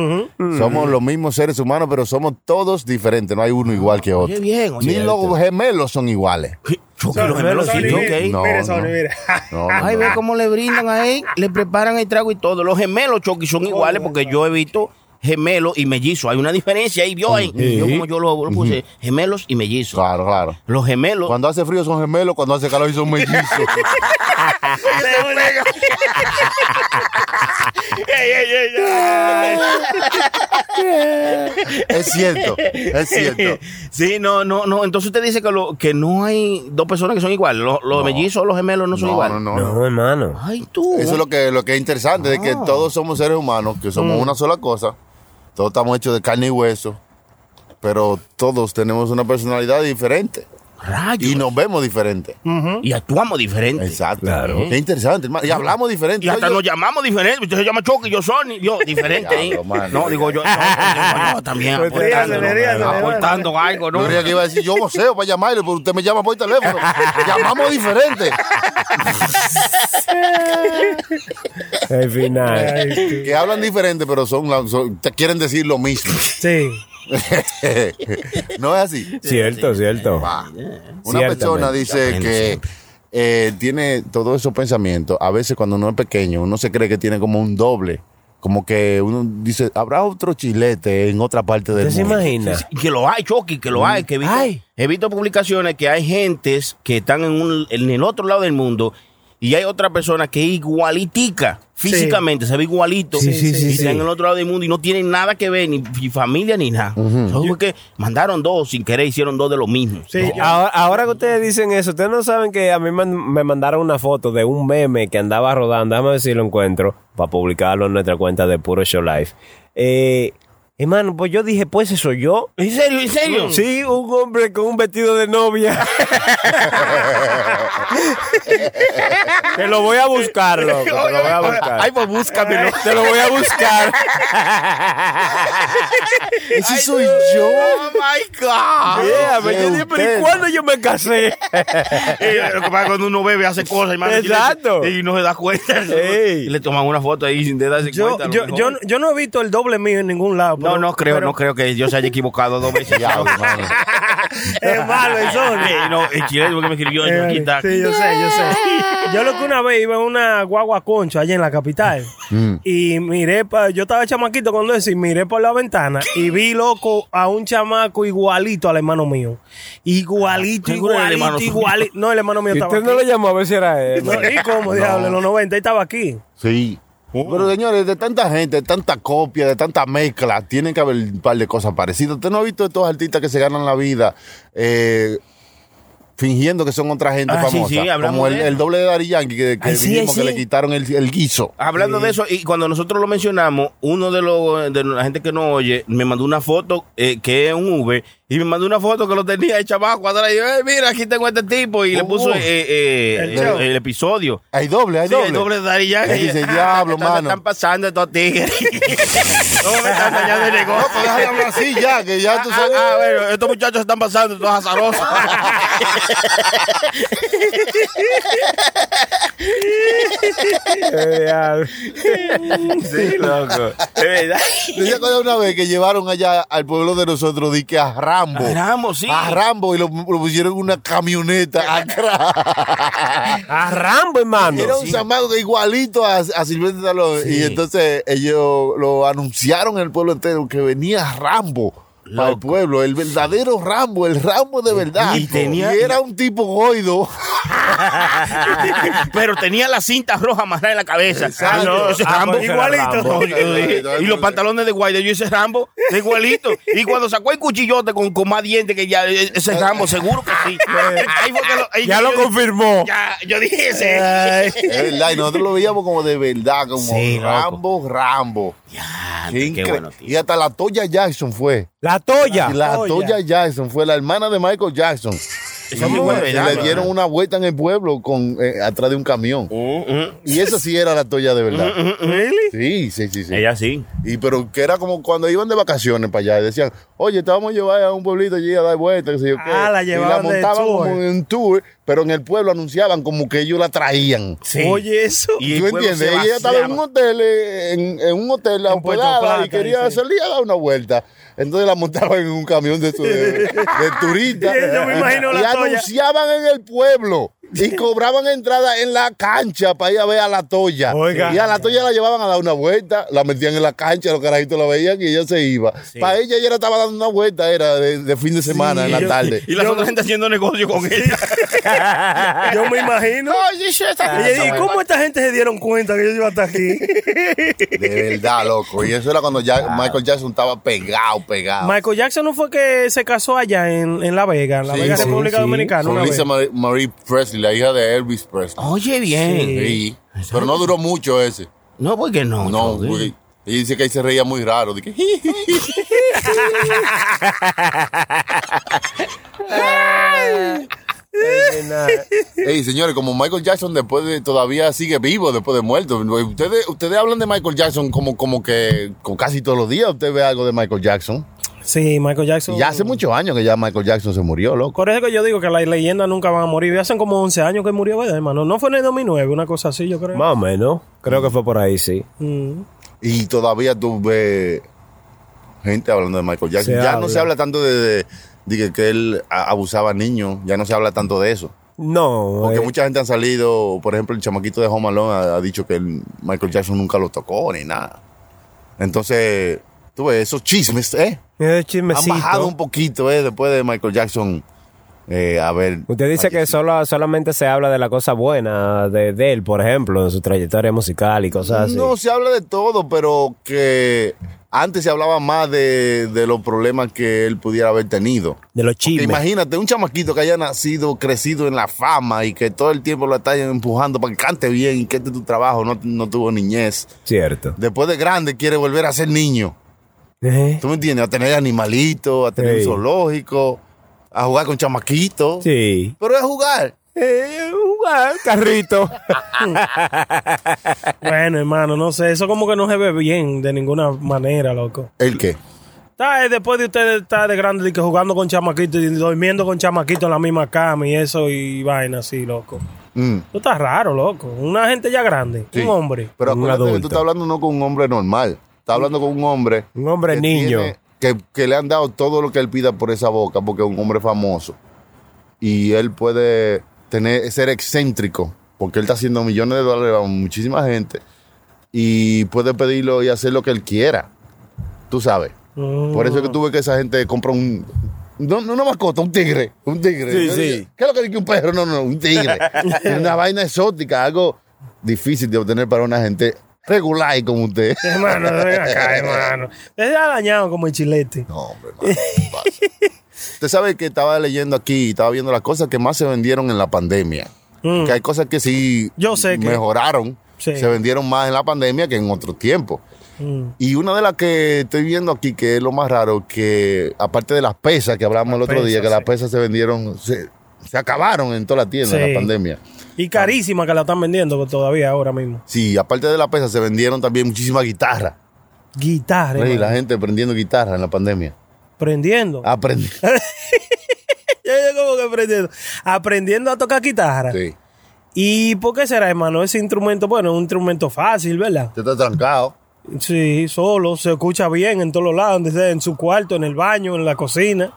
Somos los mismos seres humanos, pero somos todos diferentes. No hay uno igual que otro.
Oye, bien, oye,
Ni los gemelos son iguales.
Choque los
Mira,
gemelos, sí,
Sony,
choque.
No,
Mira, Sony,
no.
mira.
No, no,
Ay,
no.
ve cómo le brindan a él, le preparan el trago y todo. Los gemelos, Chucky, son iguales porque yo he visto gemelos y mellizos. Hay una diferencia ahí, vio ahí. Yo como yo lo, lo puse, gemelos y mellizos.
Claro, claro.
Los gemelos.
Cuando hace frío son gemelos, cuando hace calor son mellizos. es cierto, es cierto.
*laughs* Sí, no, no, no. Entonces usted dice que, lo, que no hay dos personas que son iguales. Los, los mellizos, los gemelos no son
No,
iguales.
no, no.
*laughs*
No, hermano.
Ay, tú.
Eso es lo que, lo que es interesante, de que todos somos seres humanos, que somos una sola cosa, todos estamos hechos de carne y hueso, pero todos tenemos una personalidad diferente
Rayos.
y
Y,
nos vemos diferente.
actuamos diferente.
Exacto. Qué interesante, hermano. Y hablamos diferente.
Y hasta
Oye,
nos llamamos diferente. Usted se llama Choque y yo Sony. Yo, diferente. ¿eh?
Diablo, mano.
no, digo yo, yo, yo- yo también
Pues
aportando,
ríasele, ríasele,
aportando algo,
yo
¿no?
creía que iba a decir, yo voceo para llamarle, pero usted me llama
*laughs*
por teléfono. Llamamos diferente.
El final.
Que hablan diferente, pero son, la- son- te quieren decir lo mismo.
Sí.
no es así.
Cierto, cierto.
Una
Ciertamente.
persona dice
Aprende
que
siempre.
eh, tiene todos esos pensamientos. A veces cuando uno es pequeño, uno se cree que tiene como un doble. Como que uno dice, habrá otro chilete en otra parte del
¿Usted se
mundo.
imagina?
Y que lo hay, Chucky, que lo hay. Que he, visto,
Mm. Ay.
he visto publicaciones que hay gentes que están en, un- en el otro lado del mundo y hay otra persona que es igualitica físicamente, se ve igualito.
Sí, sí,
y
sí, sí.
están en el otro lado del mundo y no tienen nada que ver, ni, ni familia ni nada. Solo porque mandaron dos sin querer, hicieron dos de lo mismo.
Sí, yo-
Ahora, ahora que ustedes dicen eso, ustedes no saben que a mí man- me mandaron una foto de un meme que andaba rodando. Déjame ver si lo encuentro para publicarlo en nuestra cuenta de Puro Show Life. Eh, hermano, pues yo dije, pues eso yo.
¿En serio? ¿En serio?
Sí, un hombre con un vestido de novia. *laughs* Te lo voy a buscar, loco. Te lo voy a buscar.
Ay, pues búscamelo.
Te lo voy a buscar.
Ese
Ay,
soy
no.
yo.
Oh my God.
Yeah, pero
de
yo dije, pero
usted.
¿y cuándo yo me casé?
Eh, Lo que pasa es que cuando uno bebe hace cosas, hermano.
Exacto.
Y no se da cuenta.
Ey.
Y le toman una foto ahí sin darse
Yo,
cuenta. a lo
yo,
mejor.
yo, yo no he visto el doble mío en ningún lado.
no,
pero-
no creo,
pero
no creo que yo se haya equivocado dos
*laughs*
veces.
Diablo, mano.
Es malo
*laughs*
eso.
Eh, no, el chileno que me escribió yo aquí está.
Sí, yo sé, yo sé. Yo lo que una vez iba en una guagua concho allá en la capital
Mm.
y miré, pa, yo estaba chamaquito cuando decía, miré por la ventana y vi loco a un chamaco igualito al hermano mío. Igualito,
Seguro era el
igualito,
hermano suyo.
igualito. No, el hermano mío
Y
estaba
usted no lo
aquí.
llamó a ver si era él.
*laughs*
¿no?
¿Y cómo, diablo? En los 90 él estaba aquí.
Sí.
Oh.
Pero señores, de tanta gente, de tanta copia, de tanta mezcla, tienen que haber un par de cosas parecidas. ¿Usted no ha visto estos artistas que se ganan la vida eh, fingiendo que son otra gente
Ah, sí,
famosa?
sí, hablamos
Como el,
de eso.
el doble de Dari Yankee, que, que
Ay, sí,
dijimos
ay, sí.
que le quitaron el, el guiso.
Hablando de eso, y cuando nosotros lo mencionamos, uno de los de la gente que nos oye me mandó una foto eh, que es un V y me mandó una foto que lo tenía hecho abajo atrás. Y yo, "Eh, mira, aquí tengo a este tipo. Y le
Oh.
puso eh, eh,
Uh. El
el,
show.
el episodio.
Hay doble, hay
Sí,
doble.
el doble de Daddy Yankee.
Él
*laughs*
dice, "Diablo,
Están-
mano".
Están pasando estos
*laughs*
tigres. *laughs* no me están dañando el
No,
negocio.
pues déjalo así ya, que ya tú
Ah,
sabes.
ah, bueno, estos muchachos están pasando, estos azarosos. *laughs*
Eh, diablo.
sí, loco. Es verdad.
Yo me acuerdo una vez que llevaron allá al pueblo de nosotros, di que a Rambo.
Ramos, sí.
A Rambo y lo, lo pusieron en
*laughs*
una camioneta atrás.
A Rambo, hermano.
Era un chamaco que igualito a, a Silvestre Stallone. Y entonces ellos lo anunciaron en el pueblo entero que venía Rambo. Para el pueblo, el verdadero Rambo, el Rambo de verdad.
Y tenía-
Y era un tipo
*laughs*
goido.
Pero tenía la cinta roja amarrada en la cabeza.
Exacto.
Ah, no, ese
Ah,
Rambo
pues era Rambo.
y los pantalones de Guaida, yo hice Rambo, igualito. Y cuando sacó el cuchillote con, con más dientes que ya, eh, ese Rambo, seguro que sí. Ahí fue que lo- ahí
Ya
yo-
lo confirmó.
Ya, yo dije ese.
Es verdad, y nosotros lo veíamos como de verdad, como
Sí, loco.
Rambo, Rambo.
qué
Incre-
bueno, tío.
y hasta la Toya Jackson fue.
La toya.
Y la
Toya.
Toya Jackson fue la hermana de Michael Jackson.
Eso es muy bueno,
Y
¿verdad?
le dieron una vuelta en el pueblo con eh, atrás de un camión.
Uh,
Y esa sí era la Toya de verdad. Sí, sí, sí, sí.
Ella sí.
Y pero que era como cuando iban de vacaciones para allá y decían, oye, te vamos a llevar a un pueblito allí a dar vueltas, qué sé yo qué.
Ah, la
y
llevaban
la
de
montaban
tour.
como en un tour, pero en el pueblo anunciaban como que ellos la traían.
Sí.
Oye, eso.
Y el
¿Tú
pueblo
entiendes?
se
Ella estaba en un
vaciaba.
hotel, eh, en, en un hotel la
En Puerto Plata,
y quería
sí.
salir a dar una vuelta. Entonces la montaban en un camión de,
*laughs*
esos de, de turista.
Sí, yo me imagino
y
la toya.
anunciaban en el pueblo. Y cobraban entrada en la cancha para ir a ver a la toya.
Oiga.
Y a la toya la llevaban a dar una vuelta, la metían en la cancha, los carajitos la veían y ella se iba. Para ella ella le estaba dando una vuelta, era de, de fin de semana, en
*laughs*
la tarde.
Y la otra gente haciendo negocio con ella.
Yo me
*laughs*
imagino. Y
Ah,
yo digo, ¿cómo esta gente se dieron cuenta que yo iba
*laughs*
hasta aquí?
De verdad, loco. Y eso era cuando ya Michael Jackson estaba pegado, pegado.
Michael Jackson no fue que se casó allá en, en La Vega, en La
Sí,
Vega,
sí,
República
sí.
Dominicana.
Con
una vez.
Lisa Marie, Marie Presley, la hija de Elvis Presley.
Ah,
Oye, bien.
Sí. Pero no duró mucho ese.
No, porque no.
No,
Choque?
güey. Y dice que ahí se reía muy raro. Dije, Ey, señores, como Michael Jackson después de, todavía sigue vivo después de muerto. Ustedes, ustedes hablan de Michael Jackson como, como que con casi todos los días usted ve algo de Michael Jackson.
Sí, Michael Jackson.
Y ya hace muchos años que ya Michael Jackson se murió, loco.
Por eso que yo digo que las leyendas nunca van a morir. Ya hacen como 11 años que murió, ¿verdad, hermano? No fue en el 2009, una cosa así, yo creo.
Más o menos. Creo que fue por ahí, sí.
Mm.
Y todavía tú ves gente hablando de Michael Jackson.
Se
ya
habla.
no se habla tanto de, de- de que, que él a- abusaba a niños. Ya no se habla tanto de eso.
No.
Porque
eh,
mucha gente han salido, por ejemplo, el chamaquito de Home Alone ha, ha dicho que el Michael Jackson nunca lo tocó ni nada. Entonces, tú ves, esos chismes, ¿eh?
eh,
Han
chismecito.
bajado un poquito, ¿eh? Después de Michael Jackson, eh, a ver.
Usted dice que solo, solamente se habla de la cosa buena de, de él, por ejemplo, de su trayectoria musical y cosas así.
No se habla de todo, pero que antes se hablaba más de, de los problemas que él pudiera haber tenido.
de los
Que
chismes.
imagínate, un chamaquito que haya nacido, crecido en la fama y que todo el tiempo lo están empujando para que cante bien y que este es tu trabajo, no, no tuvo niñez.
Cierto.
Después de grande quiere volver a ser niño.
Ejé.
¿Tú me entiendes? A tener animalitos, a tener
Sí.
zoológico, a jugar con chamaquitos.
Sí.
Pero es jugar.
Eh, jugar,
*laughs*
carrito.
Bueno, hermano, no sé. Eso como que no se ve bien de ninguna manera, loco.
¿El qué?
Está, eh, después de ustedes estar de grande y que jugando con chamaquitos y durmiendo con chamaquitos en la misma cama y eso y vaina así, loco.
Mm.
Tú estás raro, loco. Una gente ya grande,
Sí.
un hombre.
Pero
Un
acuérdate que
adulto.
tú estás hablando no con un hombre normal. Estás hablando con un hombre.
Un hombre
que
niño.
tiene- que, que le han dado todo lo que él pida por esa boca, porque es un hombre famoso. Y él puede tener, ser excéntrico, porque él está haciendo millones de dólares a muchísima gente. Y puede pedirlo y hacer lo que él quiera. Tú sabes. Por eso es que
Ah.
tú ves que esa gente compra un. No, no una mascota, un tigre. Un tigre.
Sí,
Yo
sí.
dije, ¿Qué es lo que dice un perro? No, no, no, un tigre.
*laughs*
una vaina exótica, algo difícil de obtener para una gente regular como usted.
Hermano, ven acá, hermano. Te ha dañado como el chilete.
No, hombre, hermano, ¿qué pasa? Usted sabe que estaba leyendo aquí, estaba viendo las cosas que más se vendieron en la pandemia.
Mm.
Que hay cosas que sí
Yo sé que-
mejoraron,
Sí.
se vendieron más en la pandemia que en otro tiempo.
Mm.
Y una de las que estoy viendo aquí, que es lo más raro, que aparte de las pesas que hablamos el otro
pesas,
día, que las
sí.
pesas se vendieron, se, se acabaron en toda la tienda en
Sí.
la pandemia.
Y carísima que la están vendiendo todavía ahora mismo.
Sí, aparte de las pesas se vendieron también muchísimas guitarras.
Guitarra,
Rey,
hermano.
la gente aprendiendo guitarra en la Ah. pandemia.
Prendiendo.
Aprendí.
*laughs* Yo, yo como que aprendiendo. Aprendiendo a tocar guitarra.
Sí.
¿Y por qué será, hermano? Ese instrumento, bueno, es un instrumento fácil, ¿verdad?
Usted está trancado.
Sí, solo, se escucha bien en todos los lados, donde sea, en su cuarto, en el baño, en la cocina.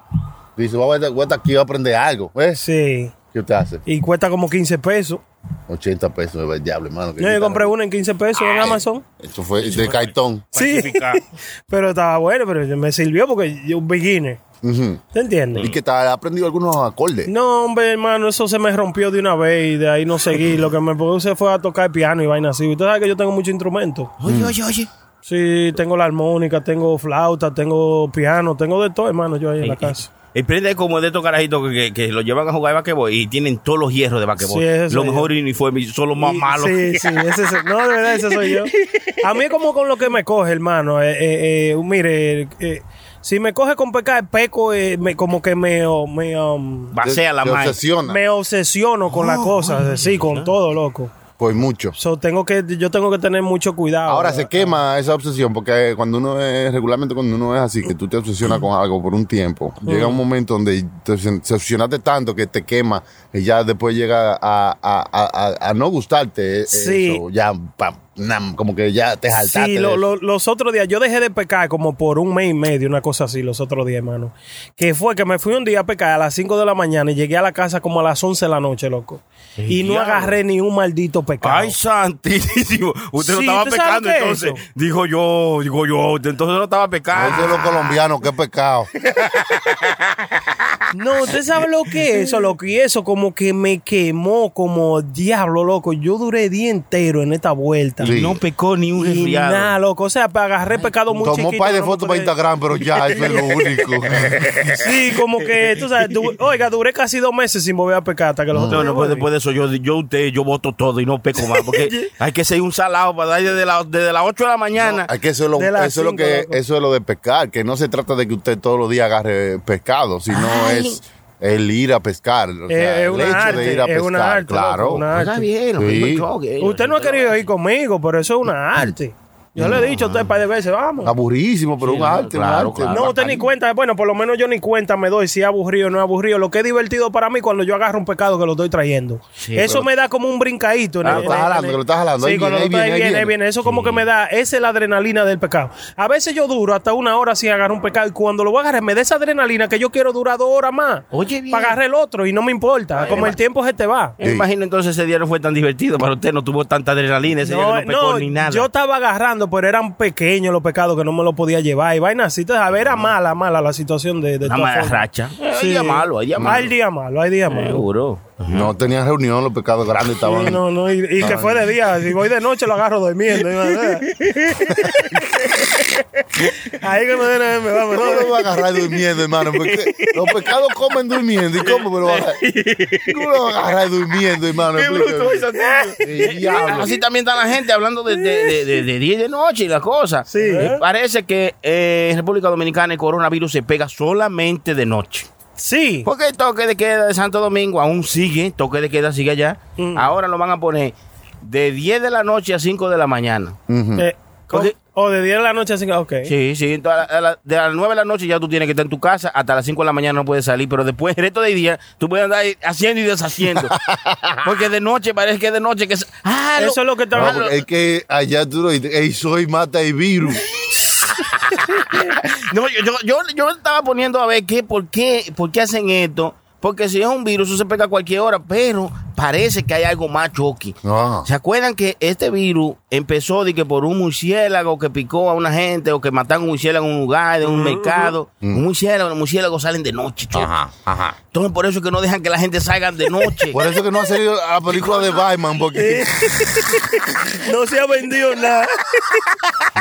Dice, voy a, voy a estar aquí, voy a aprender algo. ¿Ves?
Sí.
¿Qué usted hace?
Y cuesta como 15 pesos.
80 pesos, el diablo, hermano. que
Yo, yo
guitarra.
compré una en 15 pesos en Amazon.
Esto fue de cartón.
Sí.
Falsificado.
*laughs* pero estaba bueno, pero me sirvió porque yo un beginner.
Ujú.
¿Te entiendes?
Y que tal, ha aprendido algunos acordes.
No, hombre, hermano, eso se me rompió de una vez y de ahí no seguí. Lo que me puse fue a tocar piano y vaina así. Usted sabe que yo tengo muchos instrumentos.
Oye, oye, oye.
Sí, tengo la armónica, tengo flauta, tengo piano, tengo de todo, hermano, yo ahí en la casa.
El prende es como de estos carajitos que, que- que lo llevan a jugar basquetbol y tienen todos los hierros de basquetbol.
Sí, eso
los
soy
mejores uniformes son los más
Y-
malos. *laughs*
Sí, sí, ese es- no, de verdad, ese soy yo. A mí es como con lo que me coge, hermano. Eh, eh, eh, mire, eh, si me coge con pecar, peco, eh, me- como que me, oh, me, um,
Basea la
Se
mano.
obsesiona.
me obsesiono con las cosas, sí, con todo, loco.
Pues mucho.
So, tengo que, yo tengo que tener mucho cuidado.
Ahora se quema esa obsesión porque eh, cuando uno es, regularmente cuando uno es así, que tú te obsesionas con algo por un tiempo, llega
Mm.
un momento donde te obsen- te obsesionaste tanto que te quema y ya después llega a, a- a- a- a no gustarte eh,
Sí.
eso, ya pa- nam, como que ya te saltaste.
Sí, lo- lo- los otros días, yo dejé de pecar como por un mes y medio, una cosa así, los otros días, hermano. Que fue que me fui un día a pecar a las 5 de la mañana y llegué a la casa como a las 11 de la noche, loco. Y no
diablo.
agarré ni un maldito pecado.
Ay, santísimo. Usted no
Sí,
estaba
¿usted sabe
pecando
qué es
entonces.
eso?
Dijo yo, digo yo, usted entonces no estaba
Ah.
Eso
pecando.
es lo colombiano, qué
*laughs*
pecado.
No, usted sabe lo que es eso, loco. Y eso como que me quemó como diablo, loco. Yo duré día entero en esta vuelta.
Sí.
No pecó ni un
Y
resfriado.
nada, loco. O sea, agarré pecado muy
Tomó
chiquito.
un par de
no
fotos para
pude-
Instagram, pero
*laughs*
ya, eso es lo único.
Sí, como que, tú sabes, du- oiga, duré casi dos meses sin volver a pecar hasta que los otros
No, no,
días
pues
volví.
después de eso, yo, yo usted, yo voto todo y no peco más, porque hay que ser un salado para dar desde, la, desde las 8 de la mañana.
Es que eso es lo,
De las
eso es lo
cinco,
que
loco.
eso es lo de pescar, que no se trata de que usted todos los días agarre pescado, sino es el ir a pescar, o sea,
Eh, es
el
una
hecho
arte,
de ir a
es
pescar,
una arte,
claro.
loco, una arte.
Está bien,
Sí.
Usted no ha querido ir conmigo, pero eso es una arte. Yo le he dicho a usted un par de veces, vamos.
Aburrísimo, pero un arte, un
claro,
arte.
claro.
No, usted ni cuenta, bueno, por lo menos yo ni cuenta me doy si es aburrido o no es aburrido. Lo que es divertido para mí cuando yo agarro un pecado que lo estoy trayendo. eso me da como un brincadito. en
Ah,
el-
lo
en
estás
el-
jalando,
en el-
que lo estás jalando.
Sí,
Ahí
cuando
viene,
lo
ahí
trae,
viene, ahí
viene,
viene.
viene. Eso como que me da, esa es la adrenalina del pecado. A veces yo duro hasta una hora sin agarrar un pecado y cuando lo voy a agarrar me da esa adrenalina que yo quiero durar dos horas más.
Oye, bien.
Para agarrar el otro y no me importa.
eh,
como el tiempo se te va.
Me imagino entonces ese día no fue tan divertido para usted, no tuvo tanta adrenalina, ese día que no pecó ni nada.
Yo estaba agarrando, pero eran pequeños los pecados que no me los podía llevar. Y vaina así, entonces, a ver, era mala, mala la situación de, de
Una
todas
mala
formas. Eh,
racha. Hay día malo, hay día
Hay
malo.
día malo, hay día malo.
Seguro.
No tenían reunión, los pecados grandes estaban.
Sí, no, no, y, y que fue de día. Si voy de noche, lo agarro durmiendo. y vaina. Ahí que me den, me va
No
mejor.
lo va a agarrar durmiendo, hermano. porque los pecados comen durmiendo. ¿Y cómo me lo va a agarrar? ¿Cómo lo va a agarrar durmiendo, hermano?
Qué bruto
Explícame.
"Ah".
El diablo.
Eh, Así también está la gente hablando de, de, de, de, de día y de noche y las cosas.
Sí.
Eh, Parece que eh, en República Dominicana el coronavirus se pega solamente de noche.
Sí.
Porque el toque de queda de Santo Domingo aún sigue, toque de queda sigue allá.
Mm.
Ahora lo van a poner de 10 de la noche a 5 de la mañana.
Eh, co-
Ok.
O de 10 de la noche, así que, ok.
Sí, sí, entonces a la- a la- de las 9 de la noche ya tú tienes que estar en tu casa, hasta las 5 de la mañana no puedes salir, pero después el resto del día tú puedes andar ahí haciendo y
*laughs*
deshaciendo. Porque de noche parece que de noche que... es- Ah,
Eso es lo que
No,
estaba.
porque es que allá tú lo dices, "Ey, soy mata y virus.
No, yo, yo, yo, yo estaba poniendo a ver qué, por qué, por qué hacen esto. Porque si es un virus, eso se pega a cualquier hora, pero parece que hay algo más choque.
Ah.
¿Se acuerdan que este virus empezó de que por un murciélago que picó a una gente o que mataron un murciélago en un lugar, de un mercado? Un murciélago, los murciélagos salen de noche, choque.
ajá.
Entonces por eso es que no dejan que la gente salga de noche.
*laughs* Por eso que no ha salido la película de Batman, porque
No se ha vendido nada.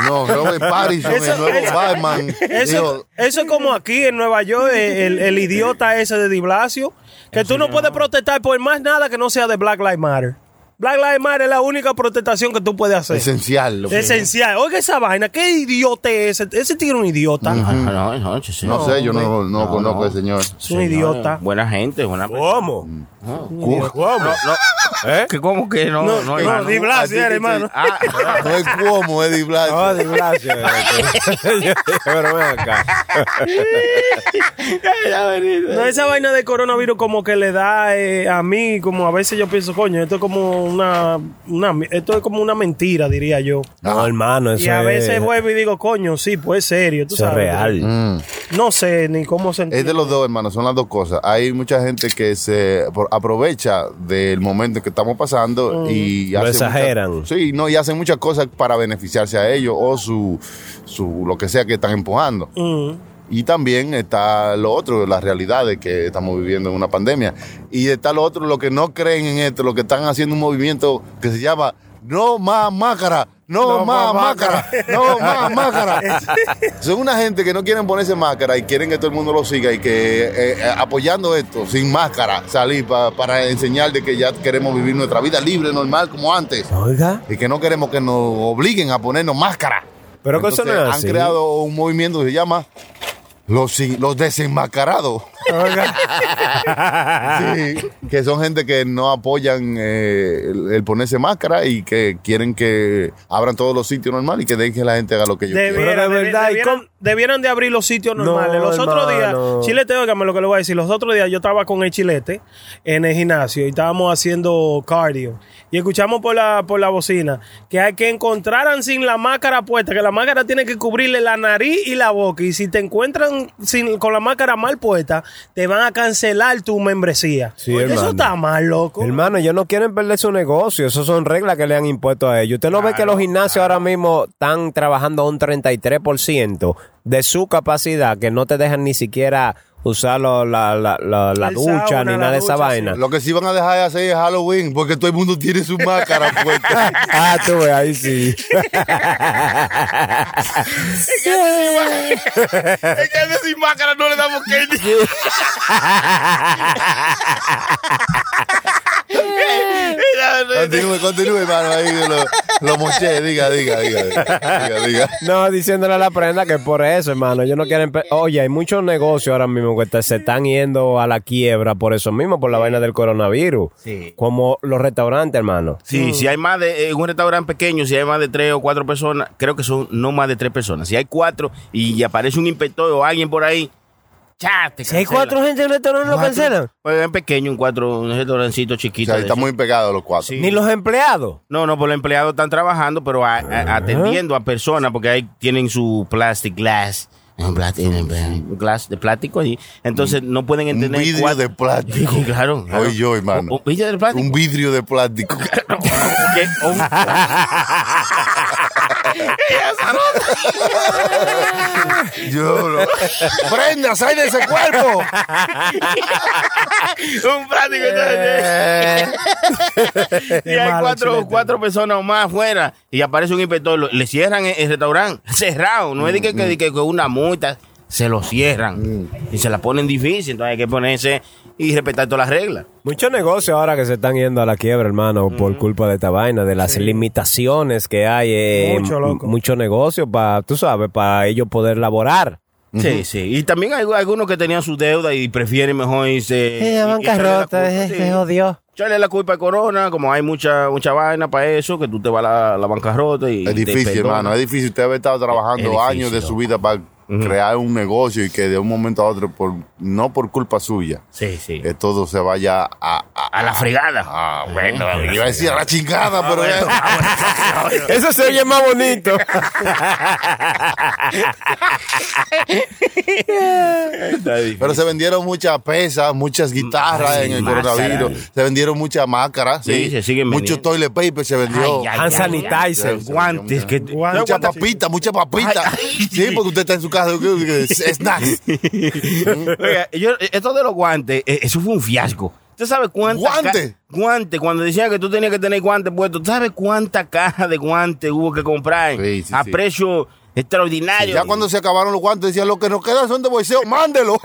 no, Robert Pattinson,
Eso-
el nuevo
eso-
Batman.
Eso,
dijo,
eso es como aquí en Nueva York, el, el- el idiota ese de Di Blasio, que tú no puedes protestar por más nada que no sea de Black Lives Matter. Black Lives Matter es la única protestación que tú puedes hacer.
esencial. lo que-
Pues
Esencial. Oiga esa vaina, qué idiota es ese. Ese tío es un idiota.
Ah, no, no, sí, sí.
No sé, yo no, no,
No,
conozco
no.
al señor.
Es un idiota.
Buena gente, buena
¿Cómo?
¿Cómo?
¿Eh?
¿Que ¿Cómo que no?
No, no,
hermano.
Di Blasio
Así
era,
que-
hermano. *laughs*
Ah, *laughs*
No es como Eddie Blanco.
No, Ah, de gracias.
*laughs*
*laughs* Pero ven acá.
No, esa vaina de coronavirus como que le da eh, a mí, como a veces yo pienso, coño, esto es como una, una- esto es como una mentira, diría yo.
No, hermano, eso
Y a
es-
veces vuelvo y digo, coño, sí, pues es serio, tú
eso es
sabes.
real.
Mm.
No sé ni cómo se
Es de los dos, hermano, son las dos cosas. Hay mucha gente que se apro- aprovecha del momento que estamos pasando y
Lo
hace muchas-
exageran.
sí, no, y hacen muchas cosas para beneficiarse a ellos o su, su lo que sea que están empujando.
Mm.
Y también está lo otro, la realidad de que estamos viviendo en una pandemia. Y está lo otro, lo que no creen en esto, lo que están haciendo un movimiento que se llama No más máscara, no,
No
más
más
máscara, no *laughs* más máscara. Son una gente que no quieren ponerse máscara y quieren que todo el mundo lo siga y que eh, eh, apoyando esto, sin máscara, salir pa- para enseñar de que ya queremos vivir nuestra vida libre, normal, como antes.
Oiga.
Y que no queremos que nos obliguen a ponernos máscara.
Pero que eso
Entonces,
no es
Han
así.
creado un movimiento que se llama los, sin- los desenmascarados.
Ah.
*laughs* Sí, que son gente que no apoyan eh, el, el ponerse máscara y que quieren que abran todos los sitios normal y que dejen que la gente haga lo que yo quiera.
Debiera-
Pero de
debi-
verdad, ¿y
debieran,
cómo?
debieran de abrir los sitios
No,
normales. los otros días,
hermano.
Chilete, óigame lo que le voy a decir. Los otros días yo estaba con el Chilete en el gimnasio y estábamos haciendo cardio. Y escuchamos por la, por la bocina que hay que encontraran sin la máscara puesta, que la máscara tiene que cubrirle la nariz y la boca. Y si te encuentran sin, con la máscara mal puesta, te van a cancelar tu membresía.
Sí,
Oye,
hermano.
eso está mal, loco.
Hermano, ellos no quieren perder su negocio. Esas son reglas que le han impuesto a ellos. Usted no ve que los gimnasios ahora mismo están trabajando a un 33% de su capacidad, que no te dejan ni siquiera usar lo- la, la- la- la
El
ducha
sauna,
ni
la
nada de esa
ducha, sí.
vaina.
Lo que sí van a dejar de hacer es Halloween, porque todo el mundo tiene su máscara
*laughs*
puesta.
Ah, tú ves, ahí sí. *laughs*
Es que ese sin máscara no le damos candy.
continúe, continúe, hermano. Ahí lo, lo moché, diga, diga, diga. diga, diga.
No, diciéndole a la prenda que por eso, hermano, ellos no quieren... pe- Oye, hay muchos negocios ahora mismo que te- se están yendo a la quiebra por eso mismo, por la vaina del coronavirus.
Sí.
Como los restaurantes, hermano.
Sí, si hay más de, en un restaurante pequeño, si hay más de tres o cuatro personas, creo que son no más de tres personas. Si hay cuatro y aparece un inspector o alguien por ahí, ya te
Si hay
cancela.
cuatro gente en un restaurante, lo
Cuatro.
cancelan.
Pues en pequeño, un cuatro, un restaurancito
O
chiquito.
sea,
de
están
esos.
muy pegados los cuatro.
Sí.
Ni los empleados.
No, no, por los empleados están trabajando, pero a- a- atendiendo a personas, porque ahí tienen su plastic glass. Un plat- un glass de plástico ahí. Entonces no pueden
Un
entender.
vidrio
cuál-
de plástico.
Sí, claro. claro.
Oye, yo, hermano.
Un, un vidrio de plástico.
Un vidrio de plástico.
Porque
*laughs*
un-
Yo no. ¡Prenda, sal de ese cuerpo!
un plástico. entonces,
Eh.
*laughs* y hay
malo,
cuatro,
chilete.
cuatro personas o más afuera y aparece un inspector, lo- le cierran el, el restaurante cerrado. No es de que, que- de que- que una multa, se lo
Mm.
cierran y se la ponen difícil. Entonces hay que ponerse y respetar todas las reglas.
Muchos negocios ahora que se están yendo a la quiebra, hermano, por culpa de esta vaina, de las limitaciones que hay. eh,
Mucho,
m-
loco.
Mucho negocio para, tú sabes, para ellos poder laborar.
Sí, sí. Y también hay algunos que tenían su deuda y prefieren mejor irse.
Eh,
y- y
bancarrota,
echarle la culpa,
eh, se
sí.
jodió.
Echarle la culpa a Corona, como hay mucha mucha vaina para eso, que tú te vas a la, la bancarrota y.
Es
te
difícil,
perdonan.
hermano. Es difícil. Usted haber estado trabajando
Es difícil,
años de su vida para crear un negocio y que de un momento a otro, por, no por culpa suya,
Sí, sí.
que todo se vaya a. a-
A la fregada.
a- Ah, bueno, iba a decir a la
Ah,
chingada, pero eh, es-
Eso se oye más bonito.
Está difícil.
Pero se vendieron muchas pesas, muchas
Mm,
guitarras en el
máscaras.
coronavirus. Se vendieron muchas máscaras.
Sí,
Sí,
se siguen
Mucho
vendiendo.
toilet paper se vendió.
Ay, ay,
Hand
ay, ay.
sanitizer.
Guantes. Que,
Guantes.
Mucha papita, mucha papita. Sí, porque usted está en su
*laughs*
casa. es- es Snacks.
Oiga, yo- eh, esto de los guantes, eh, eso fue un fiasco. ¿Tú sabes cuántas
¿Guante?
ca- Guante, cuando decían que tú tenías que tener guantes puestos, ¿tú sabes cuántas cajas de guantes hubo que comprar
Sí, sí,
a
sí.
precio extraordinario? *laughs*
Ya cuando se acabaron los guantes, decían, lo que nos queda son de bolseo, mándelo.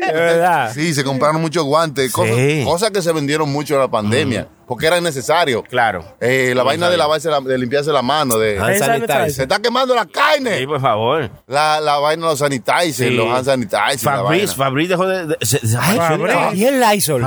De verdad.
Sí, se compraron muchos guantes, cosas, cosas que se vendieron mucho en la pandemia,
Mm.
porque era necesario.
Claro.
Eh, la vaina de lavarse, la- de limpiarse la mano, de...
Hand
Se
sanitizer.
está quemando la
Sí,
carne.
por favor.
La, la vaina de los sanitizers,
Sí.
los hand sanitizers. la
Fabriz,
vaina.
Fabriz dejó de. de- se- se-
Fabriz.
¿Y el Lysol?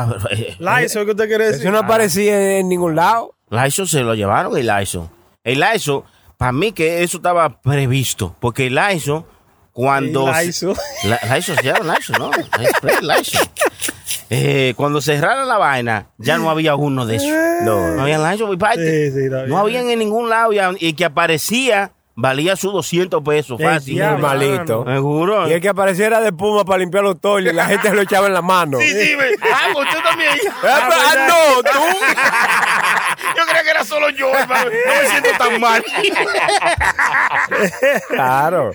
Lysol, ¿qué usted quiere decir?
Eso no aparecía en ningún lado.
Lysol se lo llevaron el Lysol. El Lysol, para mí que eso estaba previsto, porque el Lysol, cuando...
El Lysol.
La, Lysol, ya era Lysol, ¿no? El Lysol. Eh, cuando cerraron la vaina, ya no había uno de esos. No, había Lysol por parte.
Sí, sí, está bien.
no habían en ningún lado y, y que aparecía, valía sus 200 pesos
El
fácil.
diablo.
Malito.
Seguro.
Y el que apareciera de puma para limpiar los toiles, la gente se lo echaba en la mano.
Sí, sí, me- Ah, usted también.
Ah, pero- ah, no, tú.
Yo creía que era solo yo, hermano. No me siento tan mal.
Claro.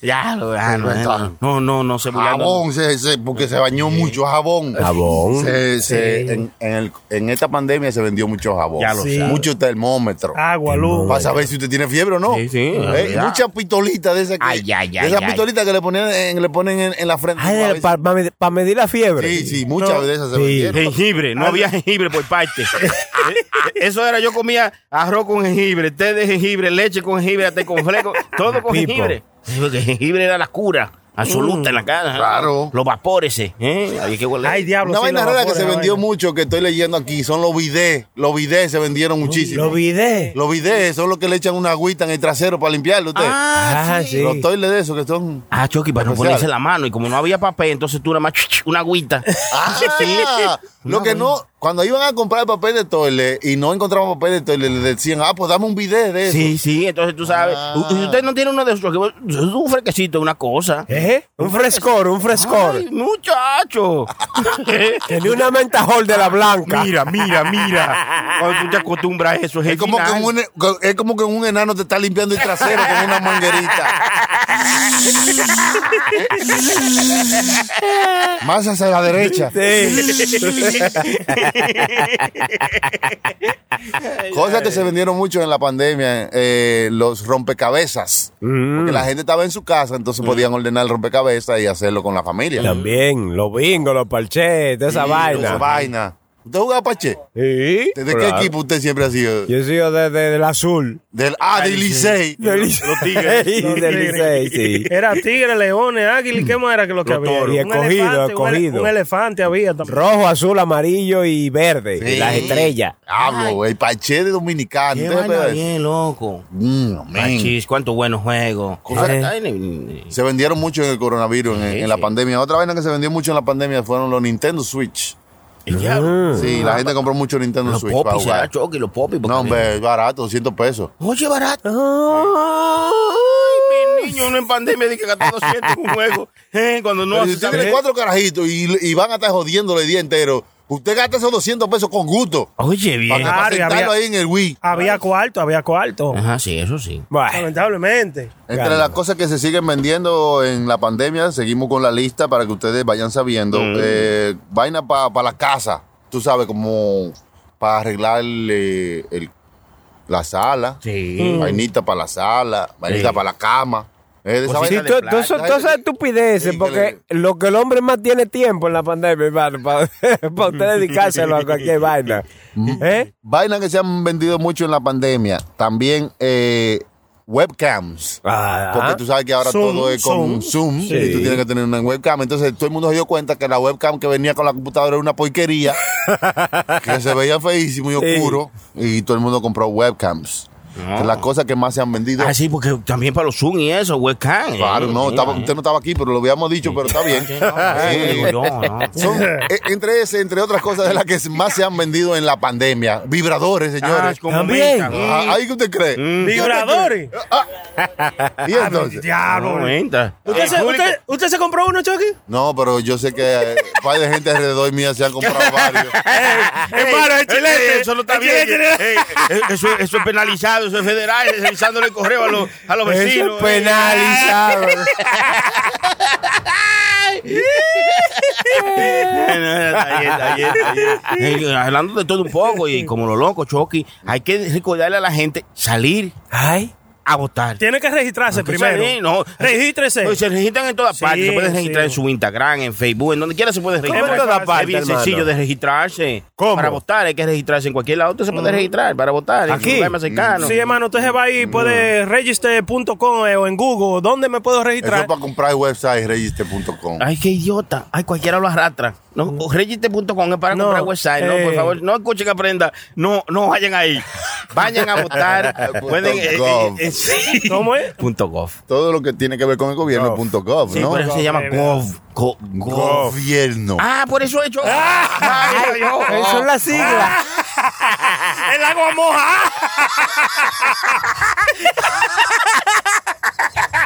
Ya, lo- ah, no, no, no, no, no se burlaron.
Jabón, se- se- porque se bañó mucho jabón.
Jabón.
Se- se- en, en el- en esta pandemia se vendió mucho jabón.
Ya lo
Sí. sabes.
Mucho termómetro.
Agua, luz.
Para saber si usted tiene fiebre o no.
Sí, sí,
Eh,
la verdad.
muchas pistolitas de esas que,
Ay, ay,
de
ay,
esas
ay.
pistolitas que le ponen en, le ponen en, en la frente. A veces-
para medir la fiebre.
Sí, sí, muchas
No.
de esas se
Sí.
vendieron.
Jengibre, no había jengibre por parte. Eh, *laughs* Eso era, yo comía arroz con jengibre, té de jengibre, leche con jengibre, hasta con *laughs* fleco, todo con
Pipo.
jengibre. Sí, Porque jengibre era la cura absoluta en la cara.
Claro.
Los vapores, eh. Eh, había que huele.
Ay, diablo.
Una
sí,
vaina
los
rara que
vapores,
se
la
vendió
vaina.
mucho, que estoy leyendo aquí, son los bidés. Los bidés se vendieron muchísimo.
Lo vidé.
Los bidés son los que le echan una agüita en el trasero para limpiarlo usted.
Ah, sí.
Los toiles de esos que son...
Ah, Chucky, para no
Especial.
ponerse la mano. Y como no había papel, entonces tú nada más chuch, una *laughs* agüita.
Ah, lo que no, cuando iban a comprar papel de toile y no encontraban papel de toile, le decían, ah, pues dame un bidet de eso.
Sí, sí, entonces tú sabes. U- si Usted no tiene uno de esos. que- Un fresquecito, una cosa.
¿Eh? Un frescor, un frescor.
Ay, *laughs* muchacho.
Tenía una mentajol de la blanca.
Mira, mira, mira. Cuando tú te acostumbras a eso, es,
Es como, que un, es como que un enano te está limpiando el trasero con
*laughs*
una manguerita. Más hacia la derecha. Cosas que se vendieron mucho en la pandemia, eh, los rompecabezas.
Mm.
Porque la gente estaba en su casa, entonces podían ordenar el rompecabezas y hacerlo con la familia.
También, los bingos, los parches, toda esa
Sí,
vaina.
Esa vaina. ¿Usted jugaba Pache?
Sí,
¿De qué
claro.
equipo usted siempre ha sido?
Yo soy de, de- del azul.
Del A, del Licey.
Del *laughs* Licey.
Los
Del Licey,
tigres.
sí.
Era tigre, leones, águila, ¿y qué más era que lo que
Los
había?
toros. Y
Un
escogido,
elefante, un ele-
escogido.
Un elefante había también.
Rojo, azul, amarillo y verde. Y las estrellas.
Hablo, el Pache de Dominicano.
Qué
¿usted
vaina
sabe?
bien, loco.
Mm, amén.
Machis, cuántos buenos juegos.
Cosa-
Ay, ni- ni-
Se vendieron mucho en el coronavirus, en, en la
sí.
pandemia. Otra vaina que se vendió mucho en la pandemia fueron los Nintendo Switch.
el
Ah.
diablo.
Sí, la gente compró mucho Nintendo
Los
Switch para
popis, será
jugar.
Chucky, los popis. porque-
No, hombre, es barato, 200 pesos.
Oye, barato. Ay, mi niño, uno en pandemia dice que gastó 200 en un juego. *laughs* Eh, cuando no
Pero si
hace
usted tiene
saber-
cuatro carajitos y, y van a estar jodiéndole el día entero, usted gasta esos 200 pesos con gusto.
Oye,
Para,
bien.
para
Claro, y había-
sentarlo ahí en el Wii.
Había cuarto, había cuarto.
Ajá, sí, eso sí.
Bueno,
Lamentablemente.
Entre las cosas que se siguen vendiendo en la pandemia, seguimos con la lista para que ustedes vayan sabiendo.
Mm.
Eh, vaina para la casa, tú sabes, como para arreglar eh, el- la sala.
Sí. Mm.
Vainita para la sala, vainita
Sí.
para la cama. Es de esa
Cosita
vaina
pues Sí,
de
tú-
plata.
tú- tú- todas esas estupideces,
Sí, que
porque lo que el hombre más tiene tiempo en la pandemia, hermano, *laughs* para, para usted dedicárselo a cualquier
*laughs*
vaina. ¿Eh?
Vainas que se han vendido mucho en la pandemia. También eh, webcams.
Ajá.
Porque tú sabes que ahora
Zoom,
todo es con Zoom,
Zoom.
y tú tienes que tener una webcam. Entonces todo el mundo se dio cuenta que la webcam que venía con la computadora era una porquería, que se veía feísimo y oscuro, y todo el mundo compró webcams. Que Las cosas que más se han vendido.
Ah, sí, porque también para los Zoom y eso, webcam.
Claro,
Eh,
no,
eh,
estaba-
eh.
usted no estaba aquí, pero lo habíamos dicho, pero
*laughs*
está bien. Sí.
No, no, no. *laughs*
Son, eh, entre ese, entre otras cosas de las que más se han vendido en la pandemia. Vibradores,
Ah, Mm.
señores.
como
También.
mentan.
Ah, ¿Ahí que usted cree?
Vibradores.
¿Y
Ah,
entonces?
Diablo, menta.
¿Usted,
El
se,
público-
usted- usted se compró uno, Chucky?
No, pero yo sé que eh, un par de gente alrededor mía se
*laughs*
han comprado varios.
Hermano, es
chilete,
eh. Eso no está
el
bien.
chilete.
Ey, eh, Eso, eso es penalizado, eso es federal, es revisándole el correo a los, a los
pues
Eso
vecinos.
es
*laughs*
penalizado.
Eh, no, está bien, está bien, está
*laughs*
bien. Eh, Hablando de todo un poco y como lo loco, Chucky, hay que recordarle a la gente salir
Ay,
a votar.
Tiene que registrarse
Porque
primero.
salir, no.
Regístrese.
Pues se registran en todas
Sí,
partes. Se pueden
sí.
registrar en su Instagram, en Facebook, en donde quiera se puede registrar.
en todas
es bien
partes,
sencillo
hermano?
de registrarse.
¿Cómo?
Para votar, hay que registrarse en cualquier lado. Usted se puede registrar para votar. En
¿Aquí?
su lugar más cercano.
Mm.
Mm.
Sí, hermano, usted se va ahí, puede register.com eh, o en Google, ¿dónde me puedo
Eso es
registrar?
para comprar el website register.com.
Ay, qué idiota. Ay, cualquiera lo arrastra. No, Registe.com es para
No,
comprar website. Mm. No, por
eh.
favor, no escuchen que aprenda. No, no vayan ahí. Vayan a *laughs* votar. pueden. eh, eh, eh, sí. *laughs*
¿Cómo es?
Punto gov.
Todo lo que tiene que ver con el gobierno es punto .gov,
Sí,
¿no?
por eso se llama gov. Go- gov.
Gobierno.
Ah, por eso he hecho. Ah,
Oh,
yo-
son las siglas.
El agua moja.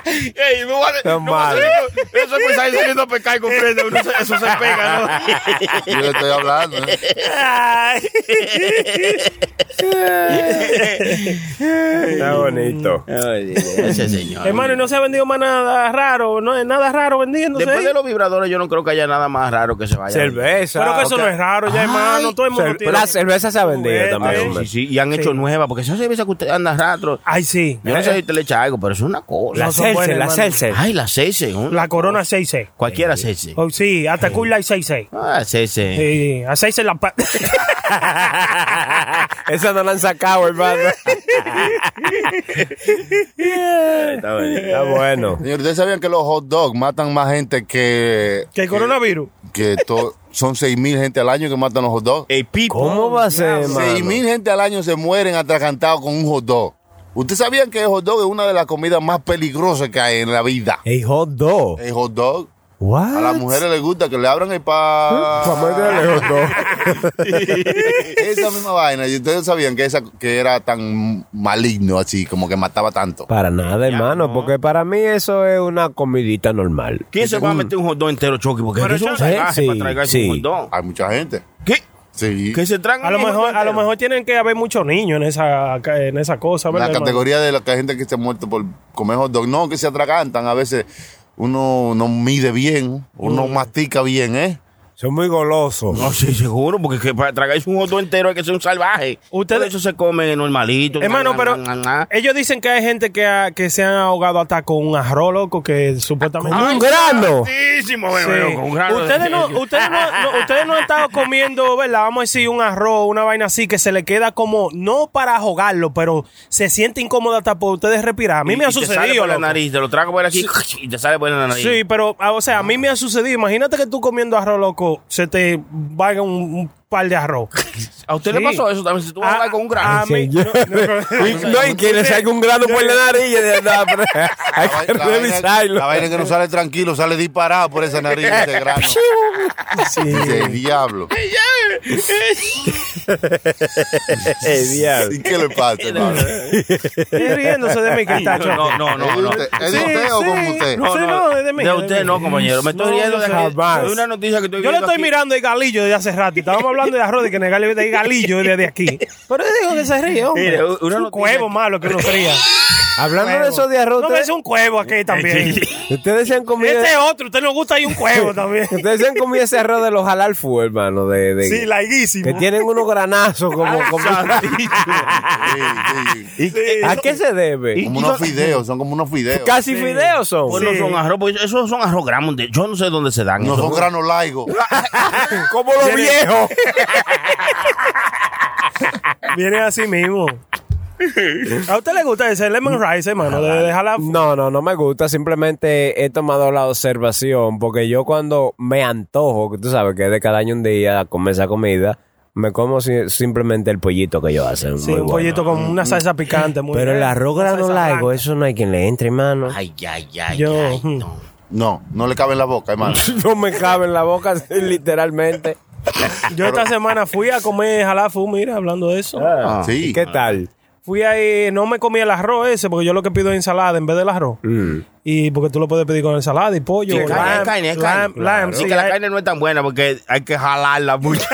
Ey, me voy a-
Tan
no voy a
mal.
salir con- Eso es por salir saliendo a pescar y comprende. uno se- eso se pega, ¿no? ah,
Yo le estoy hablando. ¿eh?
Ay.
Está bonito.
Ese señor.
hermano, y no se ha vendido más nada raro, no es nada raro vendiéndose.
Después
ahí.
de los vibradores, yo no creo que haya nada más raro que se vaya.
Cerveza.
Pero que eso
ok.
no es raro ya, hermano, todo el mundo
Cer-
tiene-
La cerveza se ha vendido
Juguete.
también,
Sí,
hombre.
eh, sí, sí, Eh. Y han hecho nuevas, porque esa cerveza que usted anda rastro.
Ay, sí.
Yo no sé si usted le echa algo, pero es una cosa.
La
No son
Celce,
buenas,
la
hermano.
Celce.
Ay, la cese.
La corona 6C.
Cualquiera cese.
Oh, sí, hasta Cool Light 6C.
Ah, cese.
Sí, a 6 la pa- *laughs*
Esa no la han sacado,
*laughs*
hermano.
Está bien.
Está bueno.
Señor, ¿ustedes sabían que los hot dogs matan más gente que...
Que el coronavirus.
Que to- son 6.000 gente al año que matan los hot dogs.
Ey, Pipo.
¿Cómo va a ser,
Seis
hermano?
mil gente al año se mueren atragantados con un hot dog. ¿Ustedes sabían que el hot dog es una de las comidas más peligrosas que hay en la vida?
Ey, hot dog.
El hot dog.
What?
A ah. las mujeres les gusta que le abran el
Pa'
pa...
meterle hot dog.
esa misma vaina. ¿Y ustedes sabían que, esa, que era tan maligno así, como que mataba tanto?
Para nada, hermano, porque para mí eso es una comidita normal.
¿Quién se va a meter un hot dog entero, Chucky? Porque
Pero
eso es un
yo-
salvaje
Sí,
para tragarse
sí.
un hot dog.
Hay mucha gente.
¿Qué?
Sí.
Que se tragan
A lo
un hot dog
mejor, a lo
entero.
mejor tienen que haber muchos niños en esa, en esa cosa, ¿verdad?
la
hermano?
categoría de la que hay gente que se ha muerto por comer hot dog. No, que se atragantan. A veces uno no mide bien, uno mastica bien, ¿eh?
Son muy golosos.
No, sí, seguro, porque que para tragarse un otro entero hay que ser un salvaje.
Ustedes-
Por eso se comen normalito.
Hermano,
na,
pero
na, na, na.
ellos dicen que hay gente que, ha- que se han ahogado hasta con un arroz, loco, que supuestamente...
¿Con un grano?
Ah, Santísimo,
Sí.
bueno, bueno, con un grano de-
Ustedes no, ustedes no, no- ustedes no han estado comiendo, ¿verdad? Vamos a decir un arroz, una vaina así, que se le queda como, no para ahogarlo, pero se siente incómodo hasta por ustedes respirar. A mí
*laughs* Y-
me ha
y Te sale
sucedido,
por la
loco.
nariz, te lo trago por aquí *laughs* y te sale por la nariz.
Sí, pero, ah, o sea, a mí me ha sucedido. Imagínate que tú comiendo arroz, loco, se te vaya un, un par de arroz.
¿A usted le
Sí. Ah,
pasó eso también? Si tú vas a hablar con un grano.
a mí-
Señor.
no, no, no.
No, *laughs* y que le salga un grano por la nariz. y de- *laughs* no, pero Hay que
La vai- la vaina-
revisarlo.
La vaina que no sale tranquilo, sale disparado por esa nariz de grano. Dice, "El diablo.
El diablo.
¿Y qué le pasa,
*laughs*
hermano?
Estoy riéndose de mí que está
No, no, no, no. no.
¿Es de usted, es de
Sí,
usted o
sí.
con usted?
No, Sí, es de mí, es de
usted
mí.
no, compañero. Me estoy
No,
riendo de,
no,
aquí-
jamás.
de una noticia que estoy
Yo le
viendo
estoy
aquí.
mirando el galillo desde hace rato. y Estábamos hablando de arroz y que en el galillo de galillo desde aquí. Pero yo digo que se ríe, hombre.
Mire, una
Es un
noticia
cuevo
que-
*laughs*
malo que no ría.
Hablando de esos días
No me hace un cuevo
Eh,
aquí también.
ustedes se han comido.
Este es otro, usted nos gusta ahí
*laughs*
un cuevo también.
Ustedes se han comido ese arroz de los halalfu, hermano. De, de-
Sí, Ah, larguísimo.
que tienen unos granazos como. como-
Sí, sí.
*laughs* ¿A qué se debe?
Como unos fideos, son como unos fideos.
Casi fideos son.
Pues no son arroz, pues esos son arroz grandes. Yo no sé dónde se dan.
No
esos.
son granolaigos.
Como los *laughs* viejos.
Viene así mismo. ¿A usted le gusta ese lemon rice, hermano? De dejar la...
No, no, no me gusta. Simplemente he tomado la observación porque yo cuando me antojo, que tú sabes que es de cada año un día comer esa comida, me como si- simplemente el pollito que yo hacen.
Sí,
muy
un
bueno.
pollito con una salsa picante. Muy
Pero el
bien.
arroz
Una salsa
granolaigo,
blanca.
eso no hay quien le entre, hermano.
Ay, ay, ay,
Yo,
ay,
hmm.
no.
No, no le cabe en la boca, hermano.
No me cabe en la boca, *laughs* literalmente.
Yo esta semana fui a comer jalafú, mira, hablando de eso.
Ah,
¿Y
sí.
qué tal?
Fui ahí, no me comí el arroz ese, porque yo lo que pido es ensalada en vez del arroz. Y porque tú lo puedes pedir con ensalada y pollo.
Sí,
o
es carne,
lamb,
es carne, es
lamb,
carne. Claro.
lamb,
Y
sí, eh.
que la
hay- *laughs*
carne no es tan buena porque hay que jalarla mucho.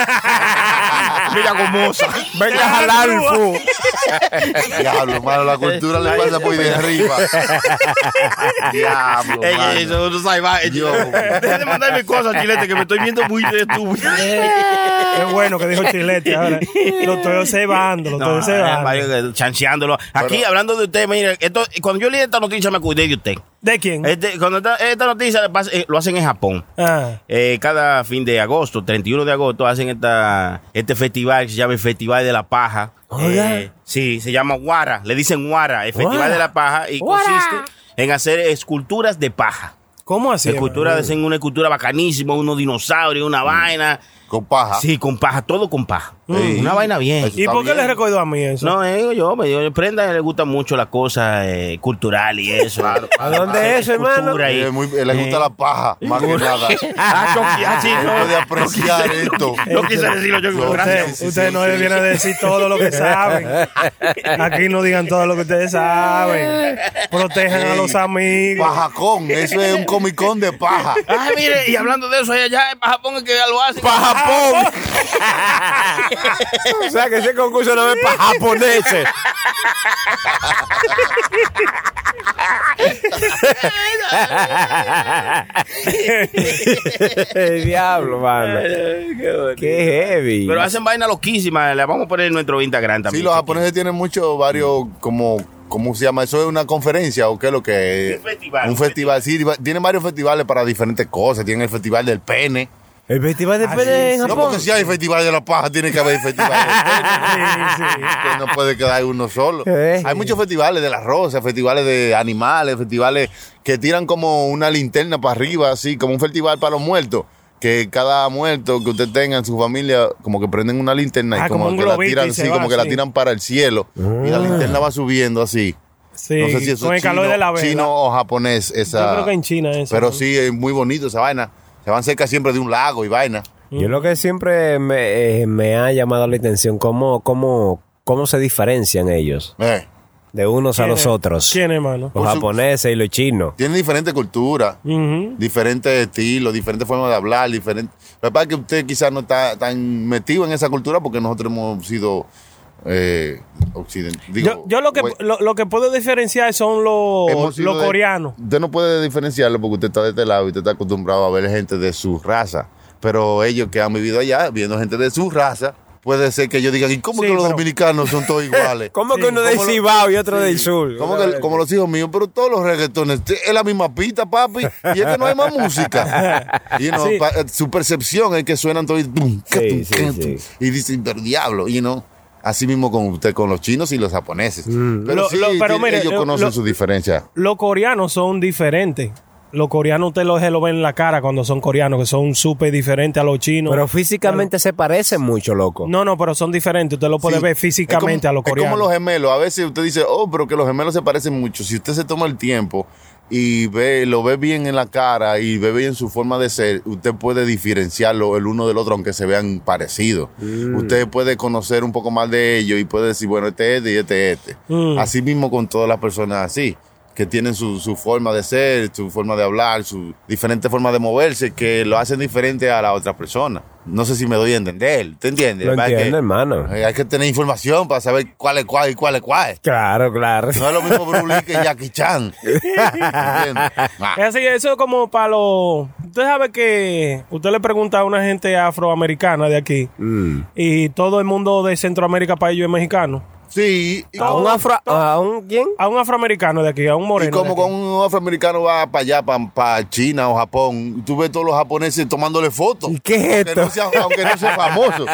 Mira gomosa.
*laughs*
Venga a jalar el fu.
Diablo, hermano, la cultura le pasa muy de arriba. Diablo,
Ey, ey,
hermano.
Eso no salvaje.
Yo.
*laughs* Deja de mandarme cosas, chilete, que me estoy viendo muy estúpido.
Qué bueno que dijo Chilete ahora. Lo estoy observando, lo estoy
No, eh,
observando.
Mario, eh, chanceándolo. Aquí, hablando de usted, mire, esto, cuando yo leí esta noticia me cuidé de usted.
¿De quién?
Este, cuando esta, esta noticia le pasa- eh, lo hacen en Japón.
Ah,
Eh, cada fin de agosto, 31 de agosto, hacen esta, este festival que se llama el Festival de la Paja.
Oiga.
Eh, sí, se llama Wara, le dicen Wara, el Festival
Wara.
de la Paja, y
Wara.
consiste en hacer esculturas de paja.
¿Cómo así?
esculturas,
hermano?
hacen una escultura bacanísima, unos dinosaurios, una vaina.
Con paja.
Sí, con paja, todo con paja.
Sí.
Una vaina bien.
Eso
¿Y
está
por qué
bien.
le recordó a mí eso?
No, eh, digo yo, me digo, prenda le gusta mucho la cosa eh, cultural y eso.
¿A dónde es eso, hermano?
Cultura y-
Eh, muy- eh, le gusta la paja, más que nada.
Ah, con- ah, *laughs* sí,
No
no.
puede apreciar esto.
No quise decirlo yo,
No,
gracias.
sí, sí,
Eh, ustedes
sí,
no
sí.
debieron decir todo lo
*laughs*
que saben. Aquí no digan todo lo que ustedes saben. Protejan a
Ey,
los amigos.
Pajacón, eso es un comicón de paja.
Ah, mire, y hablando de eso, allá en Japón es que lo hacen.
Ah,
¡Para Japón! o sea que ese concurso no es para japoneses. El diablo, mano. Qué heavy.
Pero hacen vaina loquísima, la vamos a poner en nuestro Instagram también.
Sí, los japoneses tienen muchos, varios, como, ¿cómo se llama? ¿Eso es una conferencia o qué es lo que es?
Un festival.
Un festival, sí. va- Tienen varios festivales para diferentes cosas. Tienen el festival del pene.
El festival de pene en
No,
Japón.
porque si hay festival de la paja, tiene que haber festival del pene.
Sí, sí.
que no puede quedar uno
*laughs*
solo.
Eh.
Hay muchos festivales de las rosas, festivales de animales, festivales que tiran como una linterna para arriba, así como un festival para los muertos. Que cada muerto que usted tenga en su familia, como que prenden una linterna
Ah,
y como,
como un
que la
globito y
tiran,
se
sí,
va,
como que la
sí. Ah.
tiran para el cielo. Y la linterna va subiendo así.
Sí,
no sé si eso
con el
es chino,
calor de la vela.
chino o japonés. Esa,
Yo creo que en China eso.
Pero sí, es muy bonito esa vaina. Se van cerca siempre de un lago y vaina.
Yo lo que siempre me, eh, me ha llamado la atención, cómo, cómo, cómo se diferencian ellos
Eh,
de unos a los otros.
¿Quién, hermano?
Los
Por su-
japoneses y los chinos.
tienen diferentes culturas.
Ujú.
diferentes estilos, diferentes formas de hablar, diferentes. Lo que pasa es que usted quizás no está tan metido en esa cultura porque nosotros hemos sido eh, occident-
Yo,
digo,
yo lo, que,
we-
lo, lo que puedo diferenciar son
hemos
los
sido
los
de-
coreanos.
Usted no puede diferenciarlo porque usted está de este lado y usted está acostumbrado a ver gente de su raza. Pero ellos que han vivido allá, viendo gente de su raza, puede ser que ellos digan, ¿y cómo
Sí,
que los
pero-
dominicanos
*laughs*
son todos iguales?
¿Cómo que
Sí,
uno del
¿cómo lo-
Cibao y otro del Sur?
Como, que, como los hijos míos, pero todos los reggaetones t- es la misma pita, papi, y es que no hay más
*laughs*
música. Y no,
Sí.
pa- eh, su percepción es que suenan todos y tum, ca,
Sí,
tum,
sí,
ca,
sí.
tum, y dicen, pero diablo, y no. Así mismo con usted, con los chinos y los japoneses. Pero
Mm. Lo-
sí,
lo- pero
tiene-
mire,
ellos
lo-
conocen
lo-
su diferencia.
Los coreanos son diferentes. Los coreanos usted los se lo ven en la cara cuando son coreanos, que son súper diferentes a los chinos.
Pero físicamente se parecen mucho, loco.
no, no, pero son diferentes. Usted lo puede
Sí,
ver
es
físicamente
como-
a los coreanos.
Es como los gemelos. A veces usted dice, oh, pero que los gemelos se parecen mucho. Si usted se toma el tiempo y ve, lo ve bien en la cara y ve bien su forma de ser, usted puede diferenciarlo el uno del otro, aunque se vean parecidos. Usted puede conocer un poco más de ellos y puede decir, bueno, este es este y este es este.
Mm.
Así mismo con todas las personas así que tienen su, su forma de ser, su forma de hablar, su diferente forma de moverse, que lo hacen diferente a la otra persona. No sé si me doy a entender. ¿Te entiendes?
Lo
Va, que-
entiendo, hermano.
eh, Hay que tener información para saber cuál es cuál y cuál es cuál.
Claro, claro.
No es lo mismo Bruce Lee que
*laughs*
Jackie Chan. ¿Entiendes? Ah.
Es así, eso es como para los. Usted sabe que usted le pregunta a una gente afroamericana de aquí
Mm.
y todo el mundo de Centroamérica para ellos es mexicano.
Sí, y
¿A un
como,
afro... ¿A un quién?
A un afroamericano de aquí, a un moreno.
y como
de aquí.
con un afroamericano va para allá, para, China o Japón, tú ves todos los japoneses tomándole fotos.
¿Y qué es
Aunque no
esto?
sea, aunque no
*laughs*
sea famoso.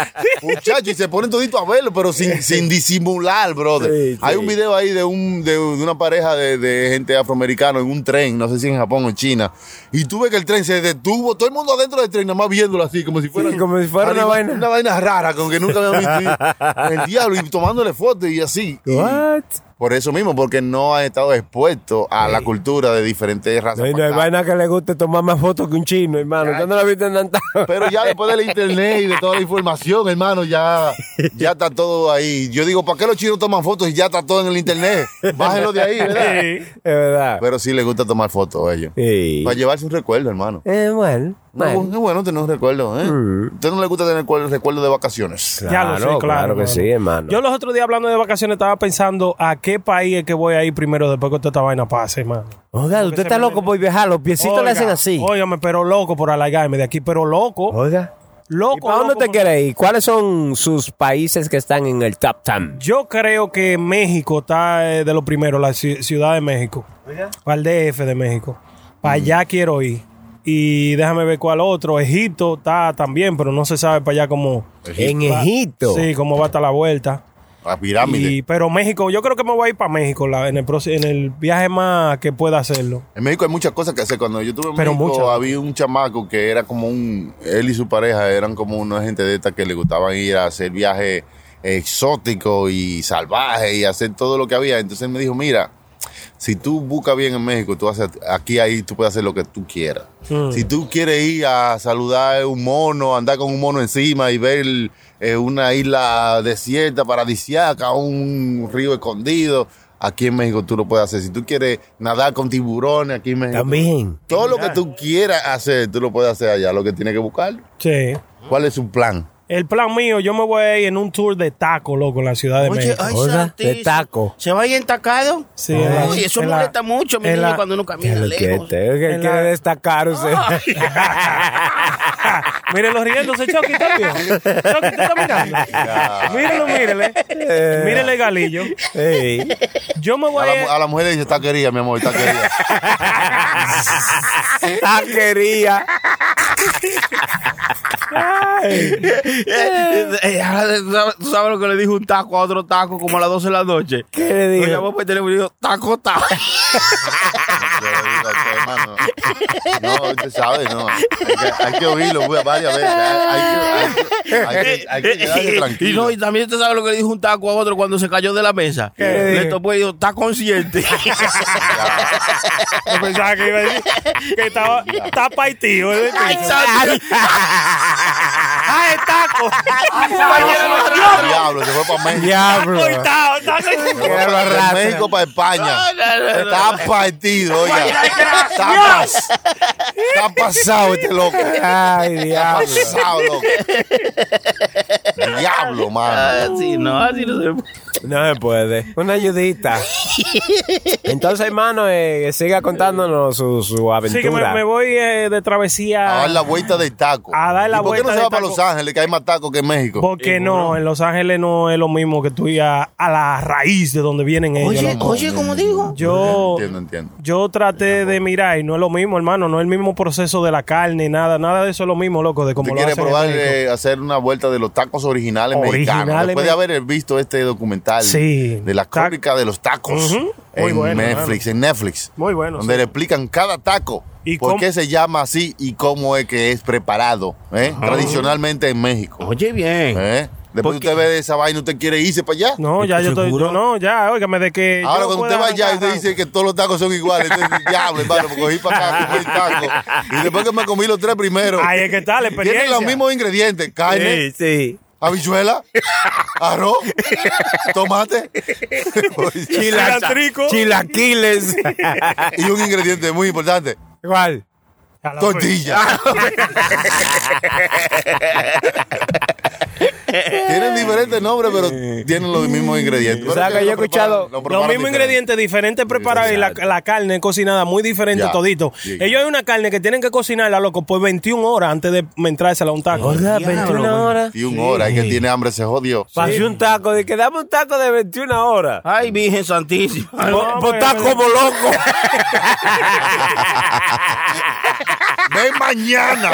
Muchachos, y se ponen todito a verlo, pero sin, sin disimular, brother.
Sí,
Hay
sí.
un video ahí de, un, de, un- de una pareja de, de gente afroamericana en un tren, no sé si en Japón o en China. Y tú ves que el tren se detuvo, todo el mundo adentro del tren, nada más viéndolo así, como si fuera,
Sí, como si fuera una
animal-
vaina.
Una vaina rara, con que nunca había visto.
*laughs*
el diablo, y tomándole fotos y así. Y-
What?
por eso mismo, porque no han estado expuestos a la cultura de diferentes razas. Pues,
No, y no hay
para acá.
vaina que le guste tomar más fotos que un chino, hermano. Usted no la viste en
*laughs*
Nantabla.
Pero ya después del internet y de toda la información, hermano, ya, ya está todo ahí. Yo digo, ¿para qué los chinos toman fotos y ya está todo en el internet? Bájenlo de ahí, ¿verdad?
Sí.
Es verdad.
Pero sí les gusta tomar fotos a ellos.
Sí.
Para llevarse un recuerdo, hermano.
Eh, bueno,
No,
bueno.
Es bueno tener un recuerdo, ¿eh?
Mm.
usted no le gusta tener recuerdos recuerdo de vacaciones?
Ya lo sé, claro,
claro que
hermano.
sí, hermano.
Yo los otros días hablando de vacaciones estaba pensando a qué país es que voy a ir primero después que toda esta vaina pase, hermano.
Oiga, usted
se
está
me-
loco por viajar, los piecitos le hacen así.
Óigame, pero loco por alargarme de aquí, pero loco.
Oiga.
Loco.
¿Y para dónde
loco,
te
por-
quieres ir? ¿Cuáles son sus países que están en el top 10?
Yo creo que México está eh, de lo primero, la ci- Ciudad de México. Para el DF de México.
Mm.
Para allá quiero ir. Y déjame ver cuál otro. Egipto está también, pero no se sabe para allá cómo.
En Egipto.
Sí, cómo va a estar la vuelta.
La pirámide.
Y- pero México, yo creo que me voy a ir para México la- en, el, proce- en el viaje más que pueda hacerlo.
En México hay muchas cosas que hacer. Cuando yo estuve en
Pero
México,
muchas.
había un chamaco que era como un. Él y su pareja eran como una gente de esta que le gustaban ir a hacer viajes exóticos y salvajes y hacer todo lo que había. Entonces él me dijo: Mira, si tú buscas bien en México, tú haces aquí, ahí, tú puedes hacer lo que tú quieras. Si tú quieres ir a saludar un mono, andar con un mono encima y ver eh, una isla desierta, paradisiaca, un río escondido, aquí en México tú lo puedes hacer. Si tú quieres nadar con tiburones, aquí en México.
También.
Todo lo que tú quieras hacer, tú lo puedes hacer allá. Lo que tienes que buscar,
Sí.
¿cuál es su plan?
El plan mío, yo me voy a ir en un tour de taco, loco, en la Ciudad de
Oye,
México.
ay,
Oiga,
santísimo.
de taco.
¿Se va a ir entacado?
Sí,
Ay,
en la-
eso
en la-
molesta mucho, mi
en
niño,
la-
cuando uno
¿Qué
camina
es lo que
lejos.
usted que
En
quiere
la-
destacar usted? *laughs*
Mírenlo riéndose, Chucky, está
*laughs*
bien. Chucky, ¿tú estás mirando? Mírenlo, mírenle.
Eh.
Mírenle, Galillo.
Ey.
*laughs* Yo me
A
voy a ir...
la, a la mujer le dice, está querida, mi amor, está querida.
Ah, Taquería.
*laughs* Eh, eh, ahora de- ¿Tú sabes- tú sabes lo que le dijo un taco a otro taco como a las 12 de la noche? pues,
¿Qué le dijo?
Lo llamó por teléfono y dijo, taco, taco.
Yo le digo, "Che, hermano, No, usted sabe, no. Hay que, hay que oírlo pues, varias veces. Hay, hay que, hay que, hay que, hay que
*laughs*
quedarse
y
tranquilo.
no, y también usted sabe lo que le dijo un taco a otro cuando se cayó de la mesa. Le topó y dijo, está consciente.
Yo pensaba que iba a decir que estaba... Está paitío. ¿eh?
Ay,
*laughs*
santo.
¡Ay, taco!
Diablo, se fue para México.
Diablo.
¡Coitado, taco!
Se fue
Diablo,
para de
raza.
México para España.
No, no, no, no.
Está partido, oiga. Está, pas- está pasado este loco.
Ay,
Está
diablo.
pasado, loco. Diablo, mano.
Así no, así no se puede.
No se puede. Una ayudita. Entonces, hermano, eh, siga contándonos su, su
Sí, que me,
aventura.
me voy eh, de
A
travesía...
dar la vuelta del taco.
A dar la
¿Y ¿Por qué
vuelta
no se
del
va para
taco.
Los Ángeles, que hay más tacos que en México?
Porque no, en Los Ángeles no es lo mismo que tú ir a, a la raíz de donde vienen ellos.
Oye,
loco.
oye, como digo.
yo,
Entiendo, entiendo.
yo traté de mirar y no es lo mismo, hermano. No es el mismo proceso de la carne, nada, nada de eso es lo mismo, loco, de
¿Tú
cómo lo
quieres
hacen en
probar
México.
eh, hacer una vuelta de los tacos originales, mexicanos?
Originales
Después de haber visto este documental
Sí.
de la
Ta-
crónica de los tacos
Ujú. Muy
en
bueno,
Netflix, en Netflix.
Muy bueno,
Donde
sí.
le explican cada taco,
¿Y
por
cómo-
qué se llama así y cómo es que es preparado ¿eh? tradicionalmente en México.
Oye, bien.
¿eh? Después usted ve esa vaina, usted quiere irse para allá.
No, ya yo estoy.
¿Seguro?
No, ya, óigame, de que. yo
Ahora, cuando
pueda
usted va allá y usted
arrancar-
dice que todos los tacos son iguales, entonces, diablo, hermano, me cogí para acá, comí tacos. Y después que me comí los tres primeros.
Ahí es que está
*laughs*
la
Tienen
experiencia.
los mismos ingredientes: carne,
Sí, sí.
habichuela, arroz, tomate
Cilantrico.
Chilaquiles.
y un ingrediente muy importante,
¿Cuál?
A la
Ah.
Tortilla. tienen diferentes nombres, pero tienen los mismos ingredientes.
O sea,
Pero
que yo he
lo preparan-
escuchado
Los
lo
mismos
preparan diferente.
ingredientes diferentes preparados y la, la carne cocinada muy diferente
Ya.
todito.
Sí.
Ellos hay una carne que tienen que cocinarla, loco, por 21 horas antes de entrársela a un taco.
Gorda, 21 horas.
Y un hora, hay que tiene hambre, se jodió.
Pasé un taco, de que dame un taco de 21 horas.
Ay, Virgen Santísima.
Po- po- está como loco.
Ven mañana.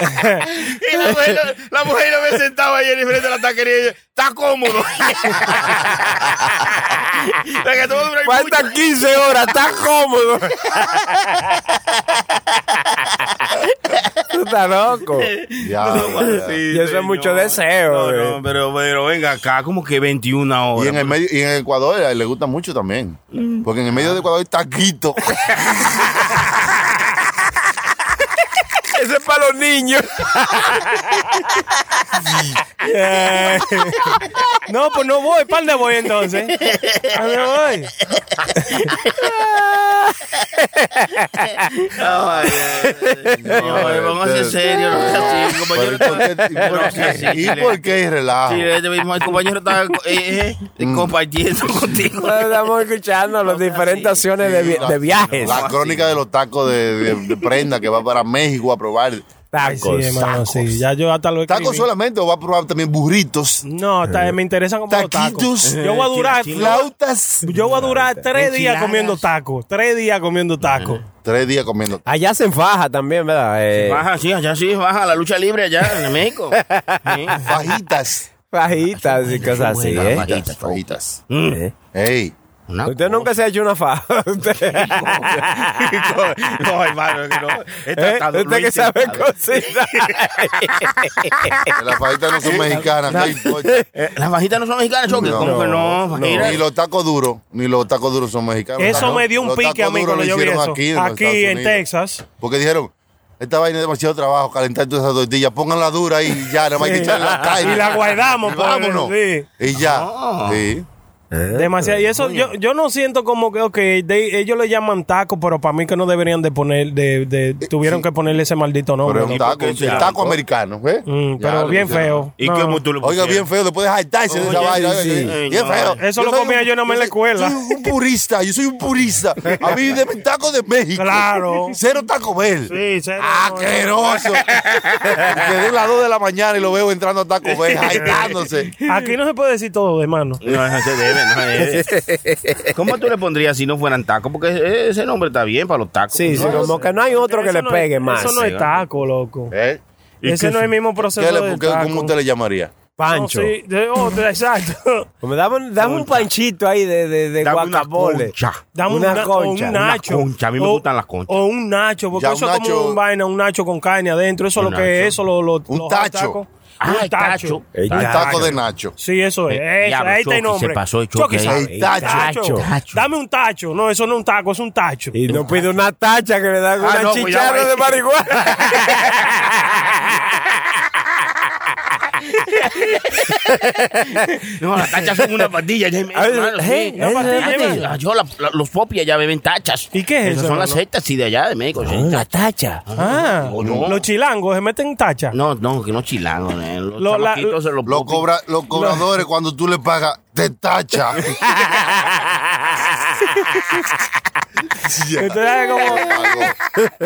Y la mujer, la mujer no me sentaba ahí en frente de la taquería. y yo, Está cómodo. la que todo dura mucho.
Faltan 15 horas, está cómodo. Tú estás loco. *laughs*
Ya, ya.
Sí,
Y eso es
señor.
mucho deseo,
No,
eh.
no, pero, pero venga acá, como que 21 horas.
Y en, el medio, y en Ecuador eh, le gusta mucho también.
Mm.
Porque en el medio de Ecuador hay taquito.
Ese es para los niños.
*laughs* No, pues no voy, ¿para dónde voy entonces? ¿A dónde voy?
Ay, ay, ay,
eh,
este,
señor, eh, Póngase serio, no sea así. Mi compañero está. no sea así,
¿Y
le-
por qué
*laughs*
relajo?
Sí, este mismo, el compañero está eh, eh,
Mm. *laughs*
compartiendo contigo.
Estamos escuchando las diferentes acciones de, vi- de viajes.
La crónica de los tacos de, de- de prenda que va para México a probar.
Sí,
Tacos.
hermano, sí, ya yo hasta lo escribí.
¿Tacos solamente o va a probar también burritos?
No, ta- me interesan como los tacos.
Taquitos.
Yo voy a durar,
Flautas.
yo voy a durar tres días
Enchiladas.
comiendo tacos. Tres días comiendo tacos.
Tres días comiendo.
Allá se faja también, ¿verdad? Eh,
Baja, sí, allá sí, baja la lucha libre allá en
*laughs*
México. Sí.
Fajitas.
fajitas y cosas así,
Buena,
¿eh?
fajitas.
Fajitas. Fajitas.
Eh.
Ey.
Una
Usted
cosa.
nunca se ha hecho una faja. *laughs* Usted,
no, hermano, que no. He
¿Eh?
tratado, lo
Usted
he
que sabe
intentado. *laughs*
cocinar.
que Las fajitas no son mexicanas. no importa.
Eh, Las bajitas no son mexicanas, Choque.
No,
¿Cómo que no? Fajira.
Ni los tacos duros. Ni los tacos duros son mexicanos.
Eso
Los
me dio un
tacos
pique a mí
duros
cuando
lo
yo vi
hicieron
eso.
Aquí en, los Estados Unidos.
Texas.
Porque dijeron, esta vaina es demasiado trabajo, calentar todas esas tortillas, pónganla dura ahí y ya, nada más hay que
Sí.
echarle la
*laughs*
carne.
Y la guardamos,
Y
pues,
vámonos.
sí. Ah.
Y ya. Sí.
Demasiado. Y eso, yo, yo no siento como que, ok, de- ellos le llaman taco, pero para mí que no deberían de poner, de, de- tuvieron que ponerle ese maldito nombre.
Pero es un
loco.
taco,
porque
un
se arrancó.
taco americano, ¿eh?
Mm,
Ya,
pero
lo
bien
pusieron.
feo.
¿Y
No.
cómo tú lo
Oiga,
pusieras?
bien feo, después de jactarse de esa
Oye,
vaina.
sí,
oiga,
sí.
Bien feo.
Eso lo
soy
comía
un-
yo nada más en la escuela.
Soy un purista, yo soy un purista. A mí de taco de México.
Claro.
Cero Taco Bell.
Sí, cero,
Ah,
no, no.
¡Aqueroso! Quedé a las 2 de la mañana y lo veo entrando a Taco Bell, jaitándose.
Aquí no se puede decir todo, hermano.
No, no se debe, no se debe. *laughs* ¿Cómo tú le pondrías si no fueran tacos? Porque e, ese nombre está bien para los tacos.
Sí, sí,
¿no?
como que no hay otro que
Eso
le
no
pegue
es-
más.
Eso no es
sí,
taco, loco.
¿Eh?
Ese no es el mismo proceso
¿Qué le-
del
qué-
taco.
¿Cómo usted le llamaría?
Pancho.
No, sí, de- oh, de- *laughs* exacto.
Como Pues dame, un- dame un panchito ahí de, de, de
Dame una
guacamole.
concha.
Dame
Una
un na-
concha,
o un
una
nacho.
concha. A mí me
O-
gustan las conchas.
O un nacho, porque
Ya,
eso
un
es como
nacho-
un vaina, un nacho con carne adentro. Eso es
Un
lo que
nacho.
es, eso lo, lo,
Un
los
tacho.
tacos.
Ah,
un
el tacho.
tacho.
El
Un
taco.
taco de Nacho.
Sí, eso es.
Eh,
Eso,
diablo,
ahí está el
Chucky,
nombre.
se pasó el Chucky
Chucky
ahí.
sabe.
El tacho.
Tacho.
Tacho.
Dame un tacho. No, eso no es un taco, es un tacho.
Y *laughs* no pide una tacha que le dan una
no, pues ya
chicharra
voy.
de marihuana.
*laughs* No, las tachas son una patilla. Ya,
A
¿eh?
ver,
hermano,
hey,
sí. Una
hey,
patilla,
hey.
ya, Yo, la- la- los popis allá beben tachas.
¿Y qué es
Esas
eso,
son las
hermano?
sectas y de allá de México. sí.
Una tacha.
Ah,
O no.
los chilangos se meten tacha.
No, no, que no chilangos. eh. Los
Lo- la-
chamaquitos se los
Los,
popis.
cobra- los cobradores, cuando tú le pagas, te tacha. Ya.
Entonces, es como-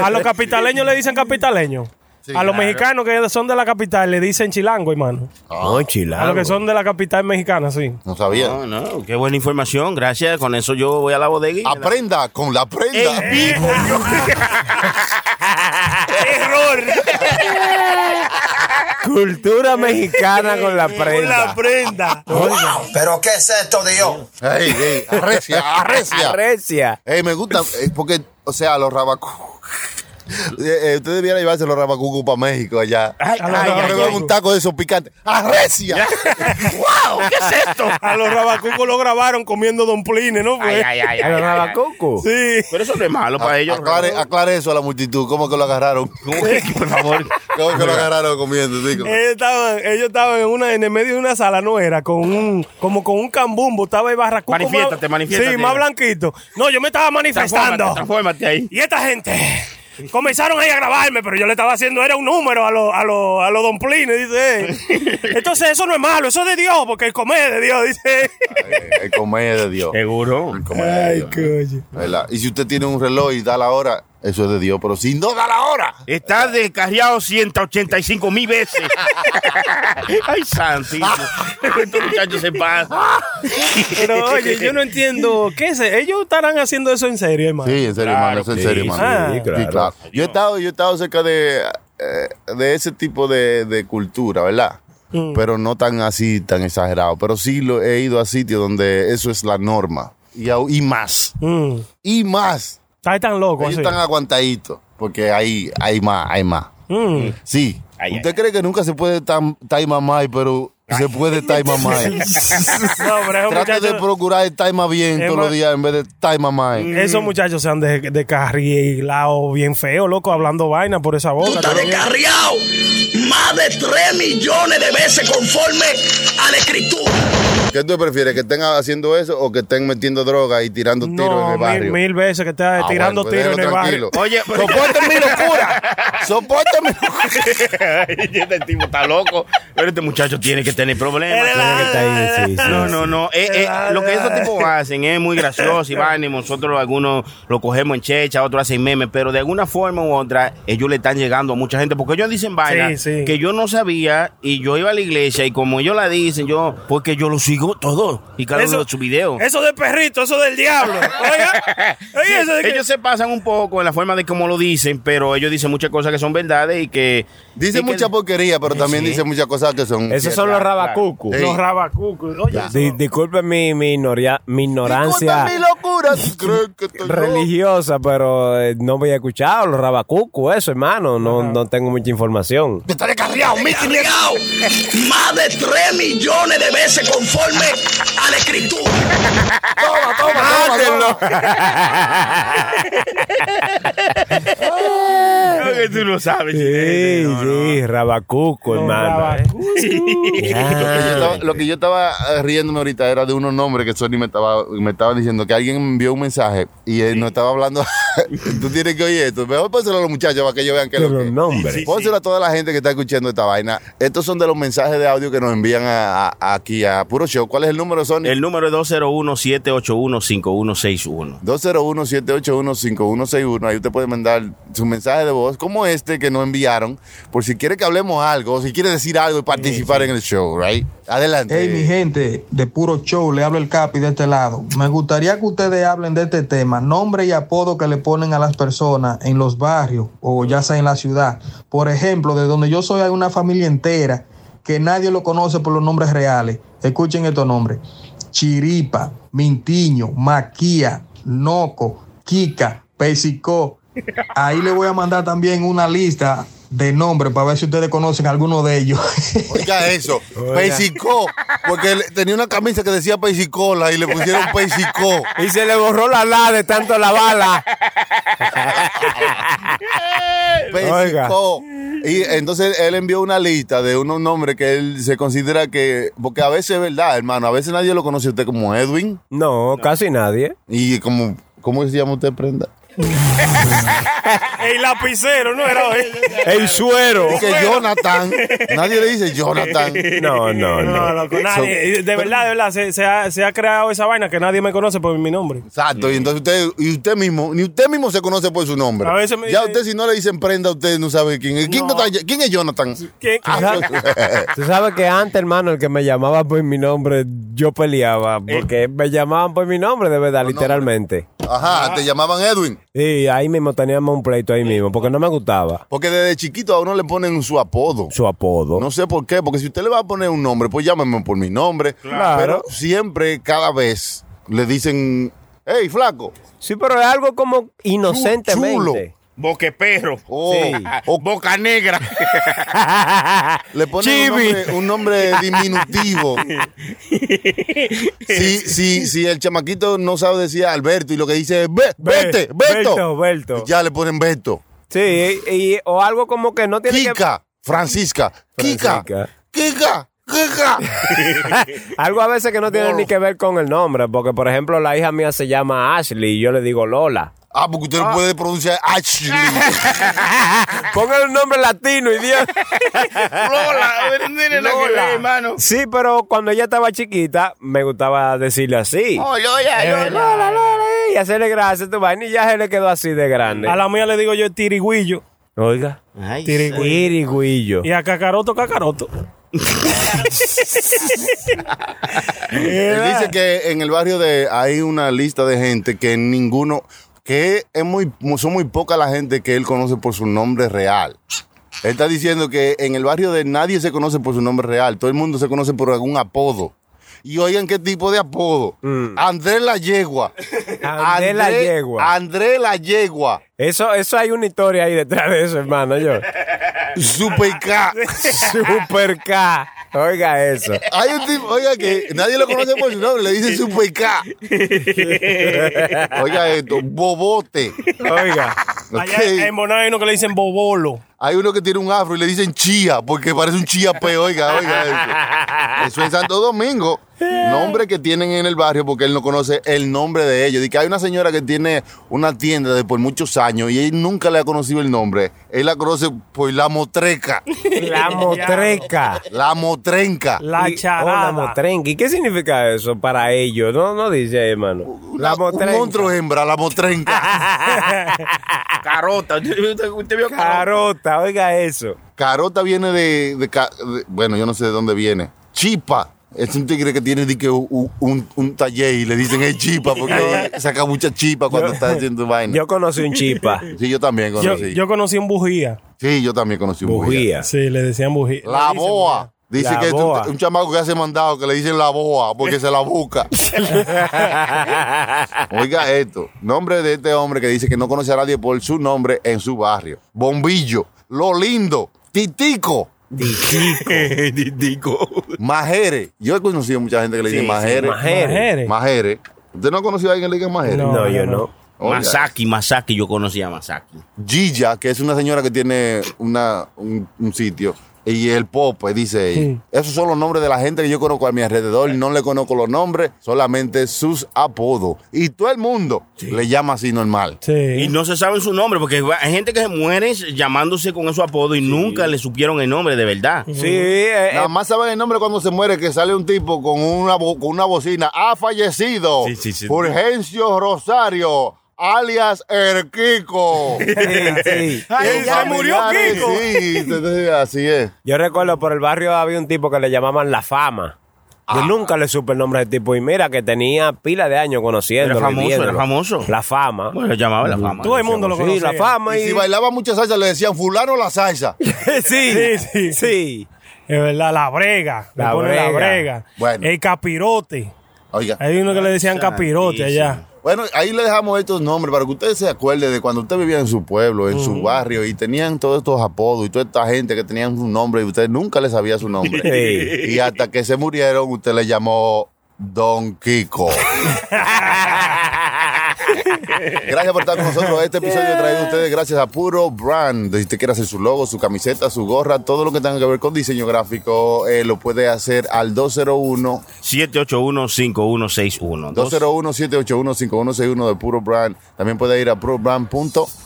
a los capitaleños le dicen capitaleños.
Sí,
a los
claro.
mexicanos que son de la capital le dicen chilango, hermano.
No,
A los
chilango.
que son de la capital mexicana, sí.
No
*laughs*
sabía.
No, no, qué buena información. Gracias. Con eso yo voy a la bodega. y
Ah,
me la-
Aprenda con la prenda.
En vivo.
Cultura mexicana
*laughs*
con la prenda.
prenda.
¿Pero qué es esto, Dios?
Ey, ey, arrecia, arrecia.
Arrecia.
Ey, me gusta, eh, porque, o sea, los rabacú. *laughs* Eh, eh, usted debiera llevarse los rabacucu para México allá.
Ay,
A los
ay, ay,
Yo creo
ay.
que un taco de esos picantes. ¡Arrecia!
¡Wow! ¿Qué es esto?
A los rabacucos lo grabaron comiendo domplines,
*laughs*
¿no?
Ay,
Pues?
ay, ay,
¿A
ay,
los
ay, ay.
rabacucu?
Sí.
Pero eso no es malo para ellos.
aclare, aclare eso a la multitud. ¿Cómo que
*laughs*
lo agarraron?
¿Cómo que, Por favor. Eh.
¿Cómo que lo agarraron comiendo? Digo?
Ellos estaban, ellos estaban en una, en el medio de una sala, no era, con un, como con un cambumbo, estaba el barracuco. más-
Manifiéstate, manifiéstate.
Sí, más blanquito. No, yo me estaba
Transfórmate,
manifestando.
transfórmate ahí.
Y esta gente comenzaron ahí a grabarme, pero yo le estaba haciendo, era un número a los a los a los domplines, dice.
*laughs*
eh. Entonces eso no es malo, eso es de Dios, porque el comer es de Dios, dice.
El comer de Dios.
Seguro.
El comer de Dios. ¿Verdad? Y si usted tiene un reloj y da la hora, eso es de Dios. Pero si no da la hora,
Está descarriado 185 mil veces. *laughs* Ay, santísimo. Este muchacho se pasa.
Pero oye, yo no entiendo, ¿qué es? Ellos estarán haciendo eso en serio, hermano.
Sí, en serio,
Claro,
hermano. Eso en
sí,
serio,
sí,
sí,
hermano. Sí, claro. Yo he estado, yo he estado cerca de, eh, de ese tipo de, de cultura, ¿verdad? Pero no tan así, tan exagerado. Pero sí lo, he ido a sitios donde eso es la norma. Y, au- y más.
Mm.
Y más.
Está tan loco
Ellos
así. *laughs*
están aguantaditos. Porque hay, hay más, hay más.
Mm.
Sí.
Ay,
¿Usted cree que nunca se puede tam- time mamá, pero se puede time mamá?
No, pero esos
Trate de
muchachos,
procurar el time bien
Eh, Es
todos
más- Mm.
los días en vez de time mamá.
esos muchachos se han de- descarrilado bien feo, loco, hablando vaina por esa boca.
Puta
también.
descarriado. Más de 3 millones de veces conforme a la escritura.
¿Qué tú prefieres? ¿Que estén haciendo eso o que estén metiendo droga y tirando tiros en
No,
el barrio?
mil, mil veces que está
Ah,
tirando
bueno, pues
tiros en el
déjalo
barrio.
tranquilo.
Oye, pero-
soporten mi locura. Soporten mi locura.
*laughs* este tipo está loco. Pero este muchacho tiene que tener problemas.
Tiene que estar ahí, sí, sí,
No,
sí.
no, no. Eh, eh, lo que esos tipos hacen es muy gracioso,
*laughs*
Iván, y nosotros algunos lo cogemos en checha, otros hacen memes, pero de alguna forma u otra ellos le están llegando a mucha gente, porque ellos dicen vainas
Sí, sí.
que yo no sabía y yo iba a la iglesia y como ellos la dicen, yo, porque yo lo sigo todo y cada uno de sus videos.
Eso de perrito, eso del
*laughs*
diablo. Oiga, oiga,
Sí,
eso de que-
ellos se pasan un poco en la forma de cómo lo dicen, pero ellos dicen muchas cosas que son verdades y que...
Dice
y que-
mucha porquería, pero también dice muchas cosas que son.
Esos son los rabacucu.
Sí.
los rabacucos. Oye, eso-
Di- disculpen mi, mi, ignoria- mi ignorancia
Soporten mi locura. ¿Tú crees que te-
religiosa, pero eh, no voy a escuchar los rabacucu, eso, hermano. No, no tengo mucha información.
*laughs*
Que está descarriado, descarriado. Más de 3 millones de veces conforme a la escritura.
Toma, toma, toma, toma.
Creo que tú lo sabes.
Sí,
No, no.
sí, rabacuco,
los
hermano.
rabacucos.
Lo que yo estaba- Lo que yo estaba eh, riéndome ahorita era de unos nombres que Sony me estaba, me estaba diciendo que alguien me envió un mensaje y él no estaba hablando. *laughs* Tú tienes que oír esto. Mejor pónselo a los muchachos para que ellos vean que es lo
Los
que-
nombres.
Pónselo a toda la gente que está escuchando esta vaina. Estos son de los mensajes de audio que nos envían a- a- aquí a Puro Show. ¿Cuál es el número, Sony?
*laughs* El número es 201-781-5161.
201-781-5161. Ahí usted puede mandar su mensaje de voz, como este que nos enviaron, por si quiere que hablemos algo, o si quiere decir algo y participar en el show, ¿right? Adelante.
Hey, mi gente, de puro show, le hablo el Capi de este lado. Me gustaría que ustedes hablen de este tema, nombre y apodo que le ponen a las personas en los barrios o ya sea en la ciudad. Por ejemplo, de donde yo soy hay una familia entera que nadie lo conoce por los nombres reales. Escuchen estos nombres. Chiripa, Mintiño, Maquía, Noco, Kika, Pesicó. Ahí le voy a mandar también una lista de nombres para ver si ustedes conocen alguno de ellos. *laughs*
Oiga eso, Peisicó, porque le- tenía una camisa que decía Peisicola y le pusieron Peisicó.
Y se le borró la la de tanto la bala. Oiga.
Peisicó. Y entonces él envió una lista de unos nombres que él se considera que, porque a veces es verdad, hermano, a veces nadie lo conoce a usted como Edwin
No, casi nadie.
y como, ¿cómo se llama usted, Prenda?
El lapicero, no era hoy.
El suero.
Dice Jonathan. Nadie le dice Jonathan.
No, no,
No,
no.
loco, nadie. De verdad, de verdad, se, se ha, se ha creado esa vaina que nadie me conoce por mi nombre.
Exacto, y entonces usted, y usted mismo, ni usted mismo se conoce por su nombre.
A veces me
ya
dice-
usted si no le dicen prenda, usted no sabe quién es. ¿Quién,
No.
está- quién es Jonathan?
¿Quién-
Ah,
Tú sabes- *laughs* Tú sabes que antes, hermano, el que me llamaba por mi nombre, yo peleaba.
Eh.
Porque me llamaban por mi nombre, de verdad, literalmente.
*laughs* Ajá, te llamaban Edwin.
Y ahí mismo teníamos un pleito ahí mismo, porque no me gustaba
Porque desde chiquito a uno le ponen su apodo.
su apodo.
No sé por qué, porque si usted le va a poner un nombre, pues llámeme por mi nombre.
Claro.
Pero siempre, cada vez, le dicen, hey, flaco,
Sí, pero es algo como
chu-
inocentemente.
chulo,
Boqueperro.
Oh.
O boca negra.
Le ponen un
Chibi.
nombre, un nombre diminutivo. Si, si, si el chamaquito no sabe decir Alberto y lo que dice es "Ve- vete,
Berto,
Beto.
Berto.
Ya le ponen Beto.
*laughs* Sí, y- o algo como que no tiene
Kika, Francisca, Kika,
Francisca.
Kika, Kika.
que... *laughs* algo a veces que no tiene
Wow.
ni que ver con el nombre, porque por ejemplo la hija mía se llama Ashley y yo le digo Lola.
Ah, porque usted no puede pronunciar Ashley.
*laughs* Pongan un nombre latino y Dios.
*laughs* Lola. No tiene nada que ver,
Lola.
hermano.
Sí, pero cuando ella estaba chiquita, me gustaba decirle así.
Oh, Lola,
Eh, Lola, Lola, eh, y hacerle gracia a tu vaina y ya se le quedó así de grande.
A la mía le digo yo tirigüillo
Oiga.
Ay,
Irigüillo.
y a cacaroto, cacaroto.
Él dice que en el barrio de hay una lista de gente que ninguno, que es muy, son muy poca la gente que él conoce por su nombre real. Él está diciendo que en el barrio de nadie se conoce por su nombre real, todo el mundo se conoce por algún apodo. Y oigan qué tipo de apodo. Andrés la yegua.
Mm. *laughs* André la
André-
yegua.
André la yegua.
Eso, eso hay una historia ahí detrás de eso, hermano.
*laughs*
Yo.
Super
*laughs*
K.
Super K. Oiga eso.
Hay un tipo, oiga, que nadie lo conoce por su nombre, le dicen Super K.
*laughs*
Oiga esto, Bobote.
Oiga.
Allá
Ok.
en Bonao hay uno que le dicen bobolo.
Hay uno que tiene un afro y le dicen chía, porque parece un chía P, oiga, oiga. Eso, Eso en Santo Domingo. Nombre que tienen en el barrio porque él no conoce el nombre de ellos. Dice que hay una señora que tiene una tienda de por muchos años y él nunca le ha conocido el nombre. Él la conoce por la motreca,
*laughs*
La motreca.
la motrenca.
La
Y- oh,
charada.
la motrenca. ¿Y qué significa eso para ellos? No, no dice, ahí, hermano. La
un
motrenca.
monstruo hembra, la motrenca.
Carota. ¿Usted, usted vio carota?
Carota, oiga eso.
Carota viene de, de ca- de- Bueno, yo no sé de dónde viene. Chipa. Es un tigre que tiene di que, un, un- un taller y le dicen es chipa porque saca mucha chipa cuando está haciendo vaina.
Yo conocí un
*laughs*
chipa.
sí, yo también
Yo,
conocí.
yo conocí un bujía.
sí, yo también conocí un bujía.
Bujía.
Sí, le decían bujía.
La
Le dicen
boa. Dice
La
que es un-
boa.
Un, chamaco que hace mandado que le dicen la boa porque se la busca. *laughs* Oiga esto. Nombre de este hombre que dice que no conoce a nadie por su nombre en su barrio. Bombillo. Lo lindo. Titico. *laughs*
Digo.
Majere. Yo he conocido mucha gente que le dice
Sí, sí,
majere.
Majere.
Majere.
Majere. ¿Usted no ha conocido a alguien que le diga majere?
No.
No, yo no.
Oiga,
Masaki, Masaki, yo conocía a Masaki.
Gilla, que es una señora que tiene una, un, un sitio. Y el Pope, dice ella. Esos son los nombres de la gente que yo conozco a mi alrededor. No le conozco los nombres, solamente sus apodos. Y todo el mundo le llama así normal.
Sí.
Y no se sabe su nombre, porque hay gente que se muere llamándose con esos apodos y nunca le supieron el nombre de verdad.
Sí, eh, eh,
Nada más saben el nombre cuando se muere, que sale un tipo con una, bo- con una bocina. Ha fallecido.
Sí, sí, sí.
Fulgencio Rosario, alias El Kiko.
sí, sí.
*laughs* Ay,
El
ya
familiar
murió
es-
Kiko.
Sí, entonces,
*laughs*
así es.
Yo recuerdo por el barrio había un tipo que le llamaban La Fama. Yo
Ah.
nunca le supe el nombre del tipo. Y mira que tenía pila de años conociéndolo.
Era famoso,
viviéndolo.
era famoso.
La Fama.
Bueno, lo llamaba la fama.
Todo el mundo lo
sí,
conocía.
La Fama.
Y
Y...
si bailaba mucha salsa, le decían fulano
*laughs*
la salsa.
sí,
Sí,
sí,
sí.
sí.
Es verdad, la brega. Le
La
ponen La brega.
brega.
Bueno.
El capirote.
Oiga.
Hay uno que le decían capirote allá.
Bueno, ahí le dejamos estos nombres para que ustedes se acuerden de cuando usted vivía en su pueblo, en su barrio, y tenían todos estos apodos y toda esta gente que tenían un nombre y usted nunca le sabía su nombre.
Sí.
Y hasta que se murieron, usted le llamó Don Kiko. Gracias por estar con nosotros. Este episodio he traído a ustedes gracias a Puro Brand. Si usted quiere hacer su logo, su camiseta, su gorra, todo lo que tenga que ver con diseño gráfico, eh, lo puede hacer al 201
781-5161.
201-781-5161 de Puro Brand. También puede ir a purobrand.net.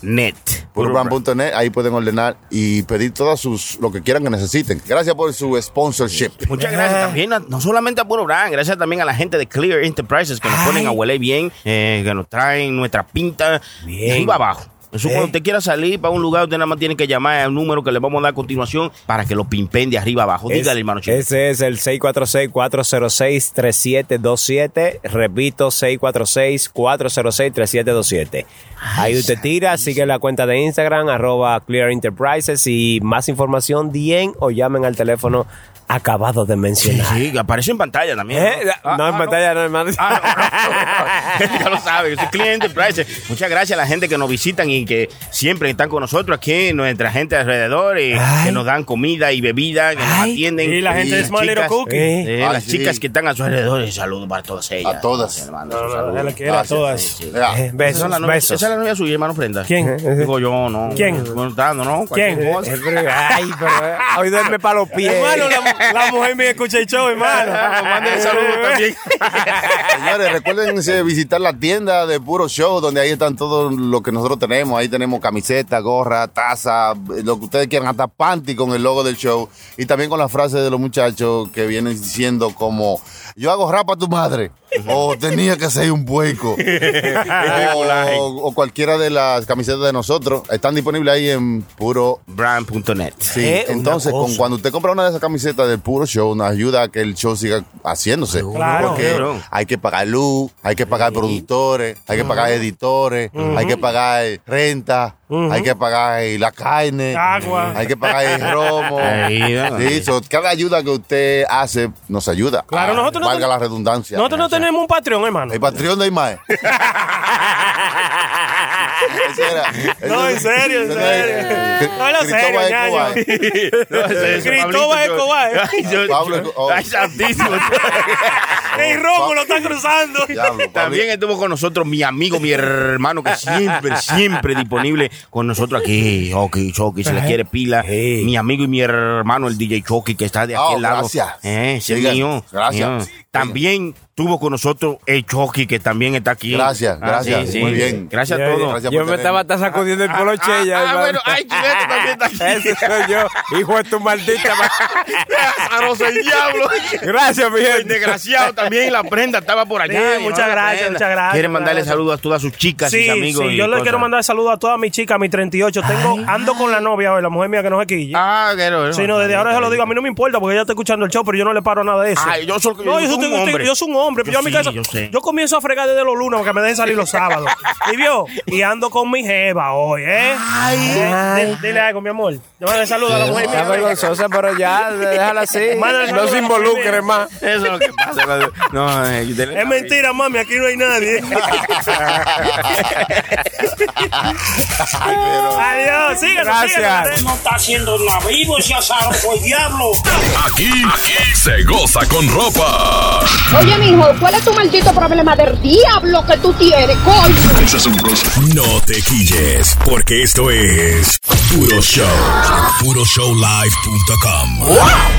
2net.
Purobrand.net. Ahí pueden ordenar y pedir todas sus lo que quieran que necesiten. Gracias por su sponsorship.
Muchas gracias también, a- no solamente a Puro Brand, gracias también a la gente de Clear Enterprises que nos ponen a huele bien, eh, que nos traen nuestra pinta de arriba abajo. Eso cuando usted quiera salir para un lugar, usted nada más tiene que llamar al número que le vamos a dar a continuación para que lo pimpen de arriba abajo.
Es-
Dígale, hermano chico.
Ese es el 646-406-3727. Repito, 646-406-3727. Ahí usted tira, sigue la cuenta de Instagram, arroba Clear Enterprises y más información, bien o llamen al teléfono acabado de mencionar.
Sí, que aparece en pantalla también.
Eh,
Ah,
No,
ah,
en
*laughs*
pantalla, no, hermano.
Ah, no, no, no. ya lo sabe, yo soy cliente Price. Muchas gracias a la gente que nos visitan y y que siempre están con nosotros aquí, nuestra gente alrededor, y que nos dan comida y bebida, que nos atienden.
Y la gente de
las
Smiley
chicas-
Cookie.
eh,
Ay,
las
sí.
chicas que están a su alrededor, y saludos para todas ellas.
A todas.
hermano,
No, no,
saludos.
déjala que era a todas.
Vea,
Eh,
Esa
Besos,
es la novia-
besos.
esa es la novia suya, hermano Prenda.
¿Quién?
Digo yo, no.
¿Quién?
Bueno, está, no, no. cualquier
¿Quién?
cosa.
*laughs* Eh, pero- Ay, pero eh, hoy duerme para los pies.
Hermano, la, la mujer me escucha el show, hermano.
Ah,
Mándale *laughs* saludos también.
Señores, recuerden eh, visitar la tienda de Puro Show, donde ahí están todo lo que nosotros tenemos. Ahí tenemos camiseta, gorra, taza, eh, lo que ustedes quieran, hasta panty con el logo del show. Y también con las frases de los muchachos que vienen diciendo como, yo hago rap a tu madre. o tenía que ser un pueco. o, o cualquiera de las camisetas de nosotros. Están disponibles ahí en Puro
Brand.net.
Sí, entonces con- cuando usted compra una de esas camisetas del puro show, nos ayuda a que el show siga haciéndose.
Claro.
porque
Claro.
hay que pagar luz, hay que pagar productores, hay que pagar editores, hay que pagar renta, hay que pagar la carne,
Agua.
hay que pagar
*laughs*
el romo.
Ahí, ¿no?
Sí, so, cada ayuda que usted hace nos ayuda.
Claro,
Ah,
nosotros no
valga
ten-
la redundancia.
Nosotros no tenemos un Patreon, hermano.
El Patreon
*laughs*
de Imae. Ese era-
No, en serio, en
ese-
serio. No, en
Cristóbal
serio,
Escobar.
ñaño.
No, ese- ese Pablito,
Cristóbal
yo-
Escobar.
*laughs* Ay, yo-
Pablo
yo-
Escobar.
Ay, santísimo.
El romo lo está cruzando.
Diablo, Pablo.
También estuvo con nosotros mi amigo, mi hermano, que siempre, siempre disponible con nosotros aquí. Choki, Choki, se le quiere pila.
Sí.
Mi amigo y mi hermano, el DJ Choki, que está de
Oh,
aquel lado.
gracias.
Eh, ese
Diga,
mío.
gracias.
mío. También tuvo con nosotros el Choki, que también está aquí. Ah,
Gracias, gracias, muy bien.
Gracias a
Yo-
todos.
Gracias
Yo
por
me
tenerme.
estaba hasta sacudiendo el poloche
ah,
ya.
ah,
hermano.
bueno, ay, Chilete también está
*laughs*
aquí.
Ese soy yo, hijo de tu maldita ma-
Azaroso el
*laughs*
diablo.
Gracias, mi
El
gente.
desgraciado también, la prenda estaba por allá.
Sí,
hermano,
muchas
la
gracias,
prenda.
muchas gracias,
Quiere mandarle
gracias.
saludos a todas sus chicas,
Sí,
sus amigos.
sí,
y
yo le
cosas.
quiero mandar saludos a todas mis chicas, a mis 38. Tengo, ando con la novia hoy, la mujer mía que no se quille.
Ah, quiero. quiero.
Sí, no, desde ahora se lo digo. A mí no me importa porque ella está escuchando el show, pero yo no le paro nada de eso.
Ay, yo soy-
No,
yo soy
soy
un hombre.
yo soy un hombre. Pero yo, a mi
sí,
casa.
yo sé.
comienzo a fregar desde los lunes para que me dejen salir
*laughs*
los sábados. ¿Y vio? Y ando con mi jeva hoy, ¿eh? Ay, Dile algo, mi amor. Mándale saludos a la mujer
Está
mía.
vergonzosa, pero ya, déjala así.
Mándale saludos
No
a la
se
familia.
involucre más.
Eso es lo que pasa. cuando- No, eh, yo te-
Es mentira, mami, aquí no hay nadie. Adiós, síganos,
Gracias.
síganos.
No está haciendo la vivo, ya sabes, por diablo.
Aquí, aquí se goza con ropa.
Oye, mijo, ¿cuál es tu maldito problema del diablo que tú tienes, coño?
No te quilles, porque esto es Puro Show. PuroShowLive.com.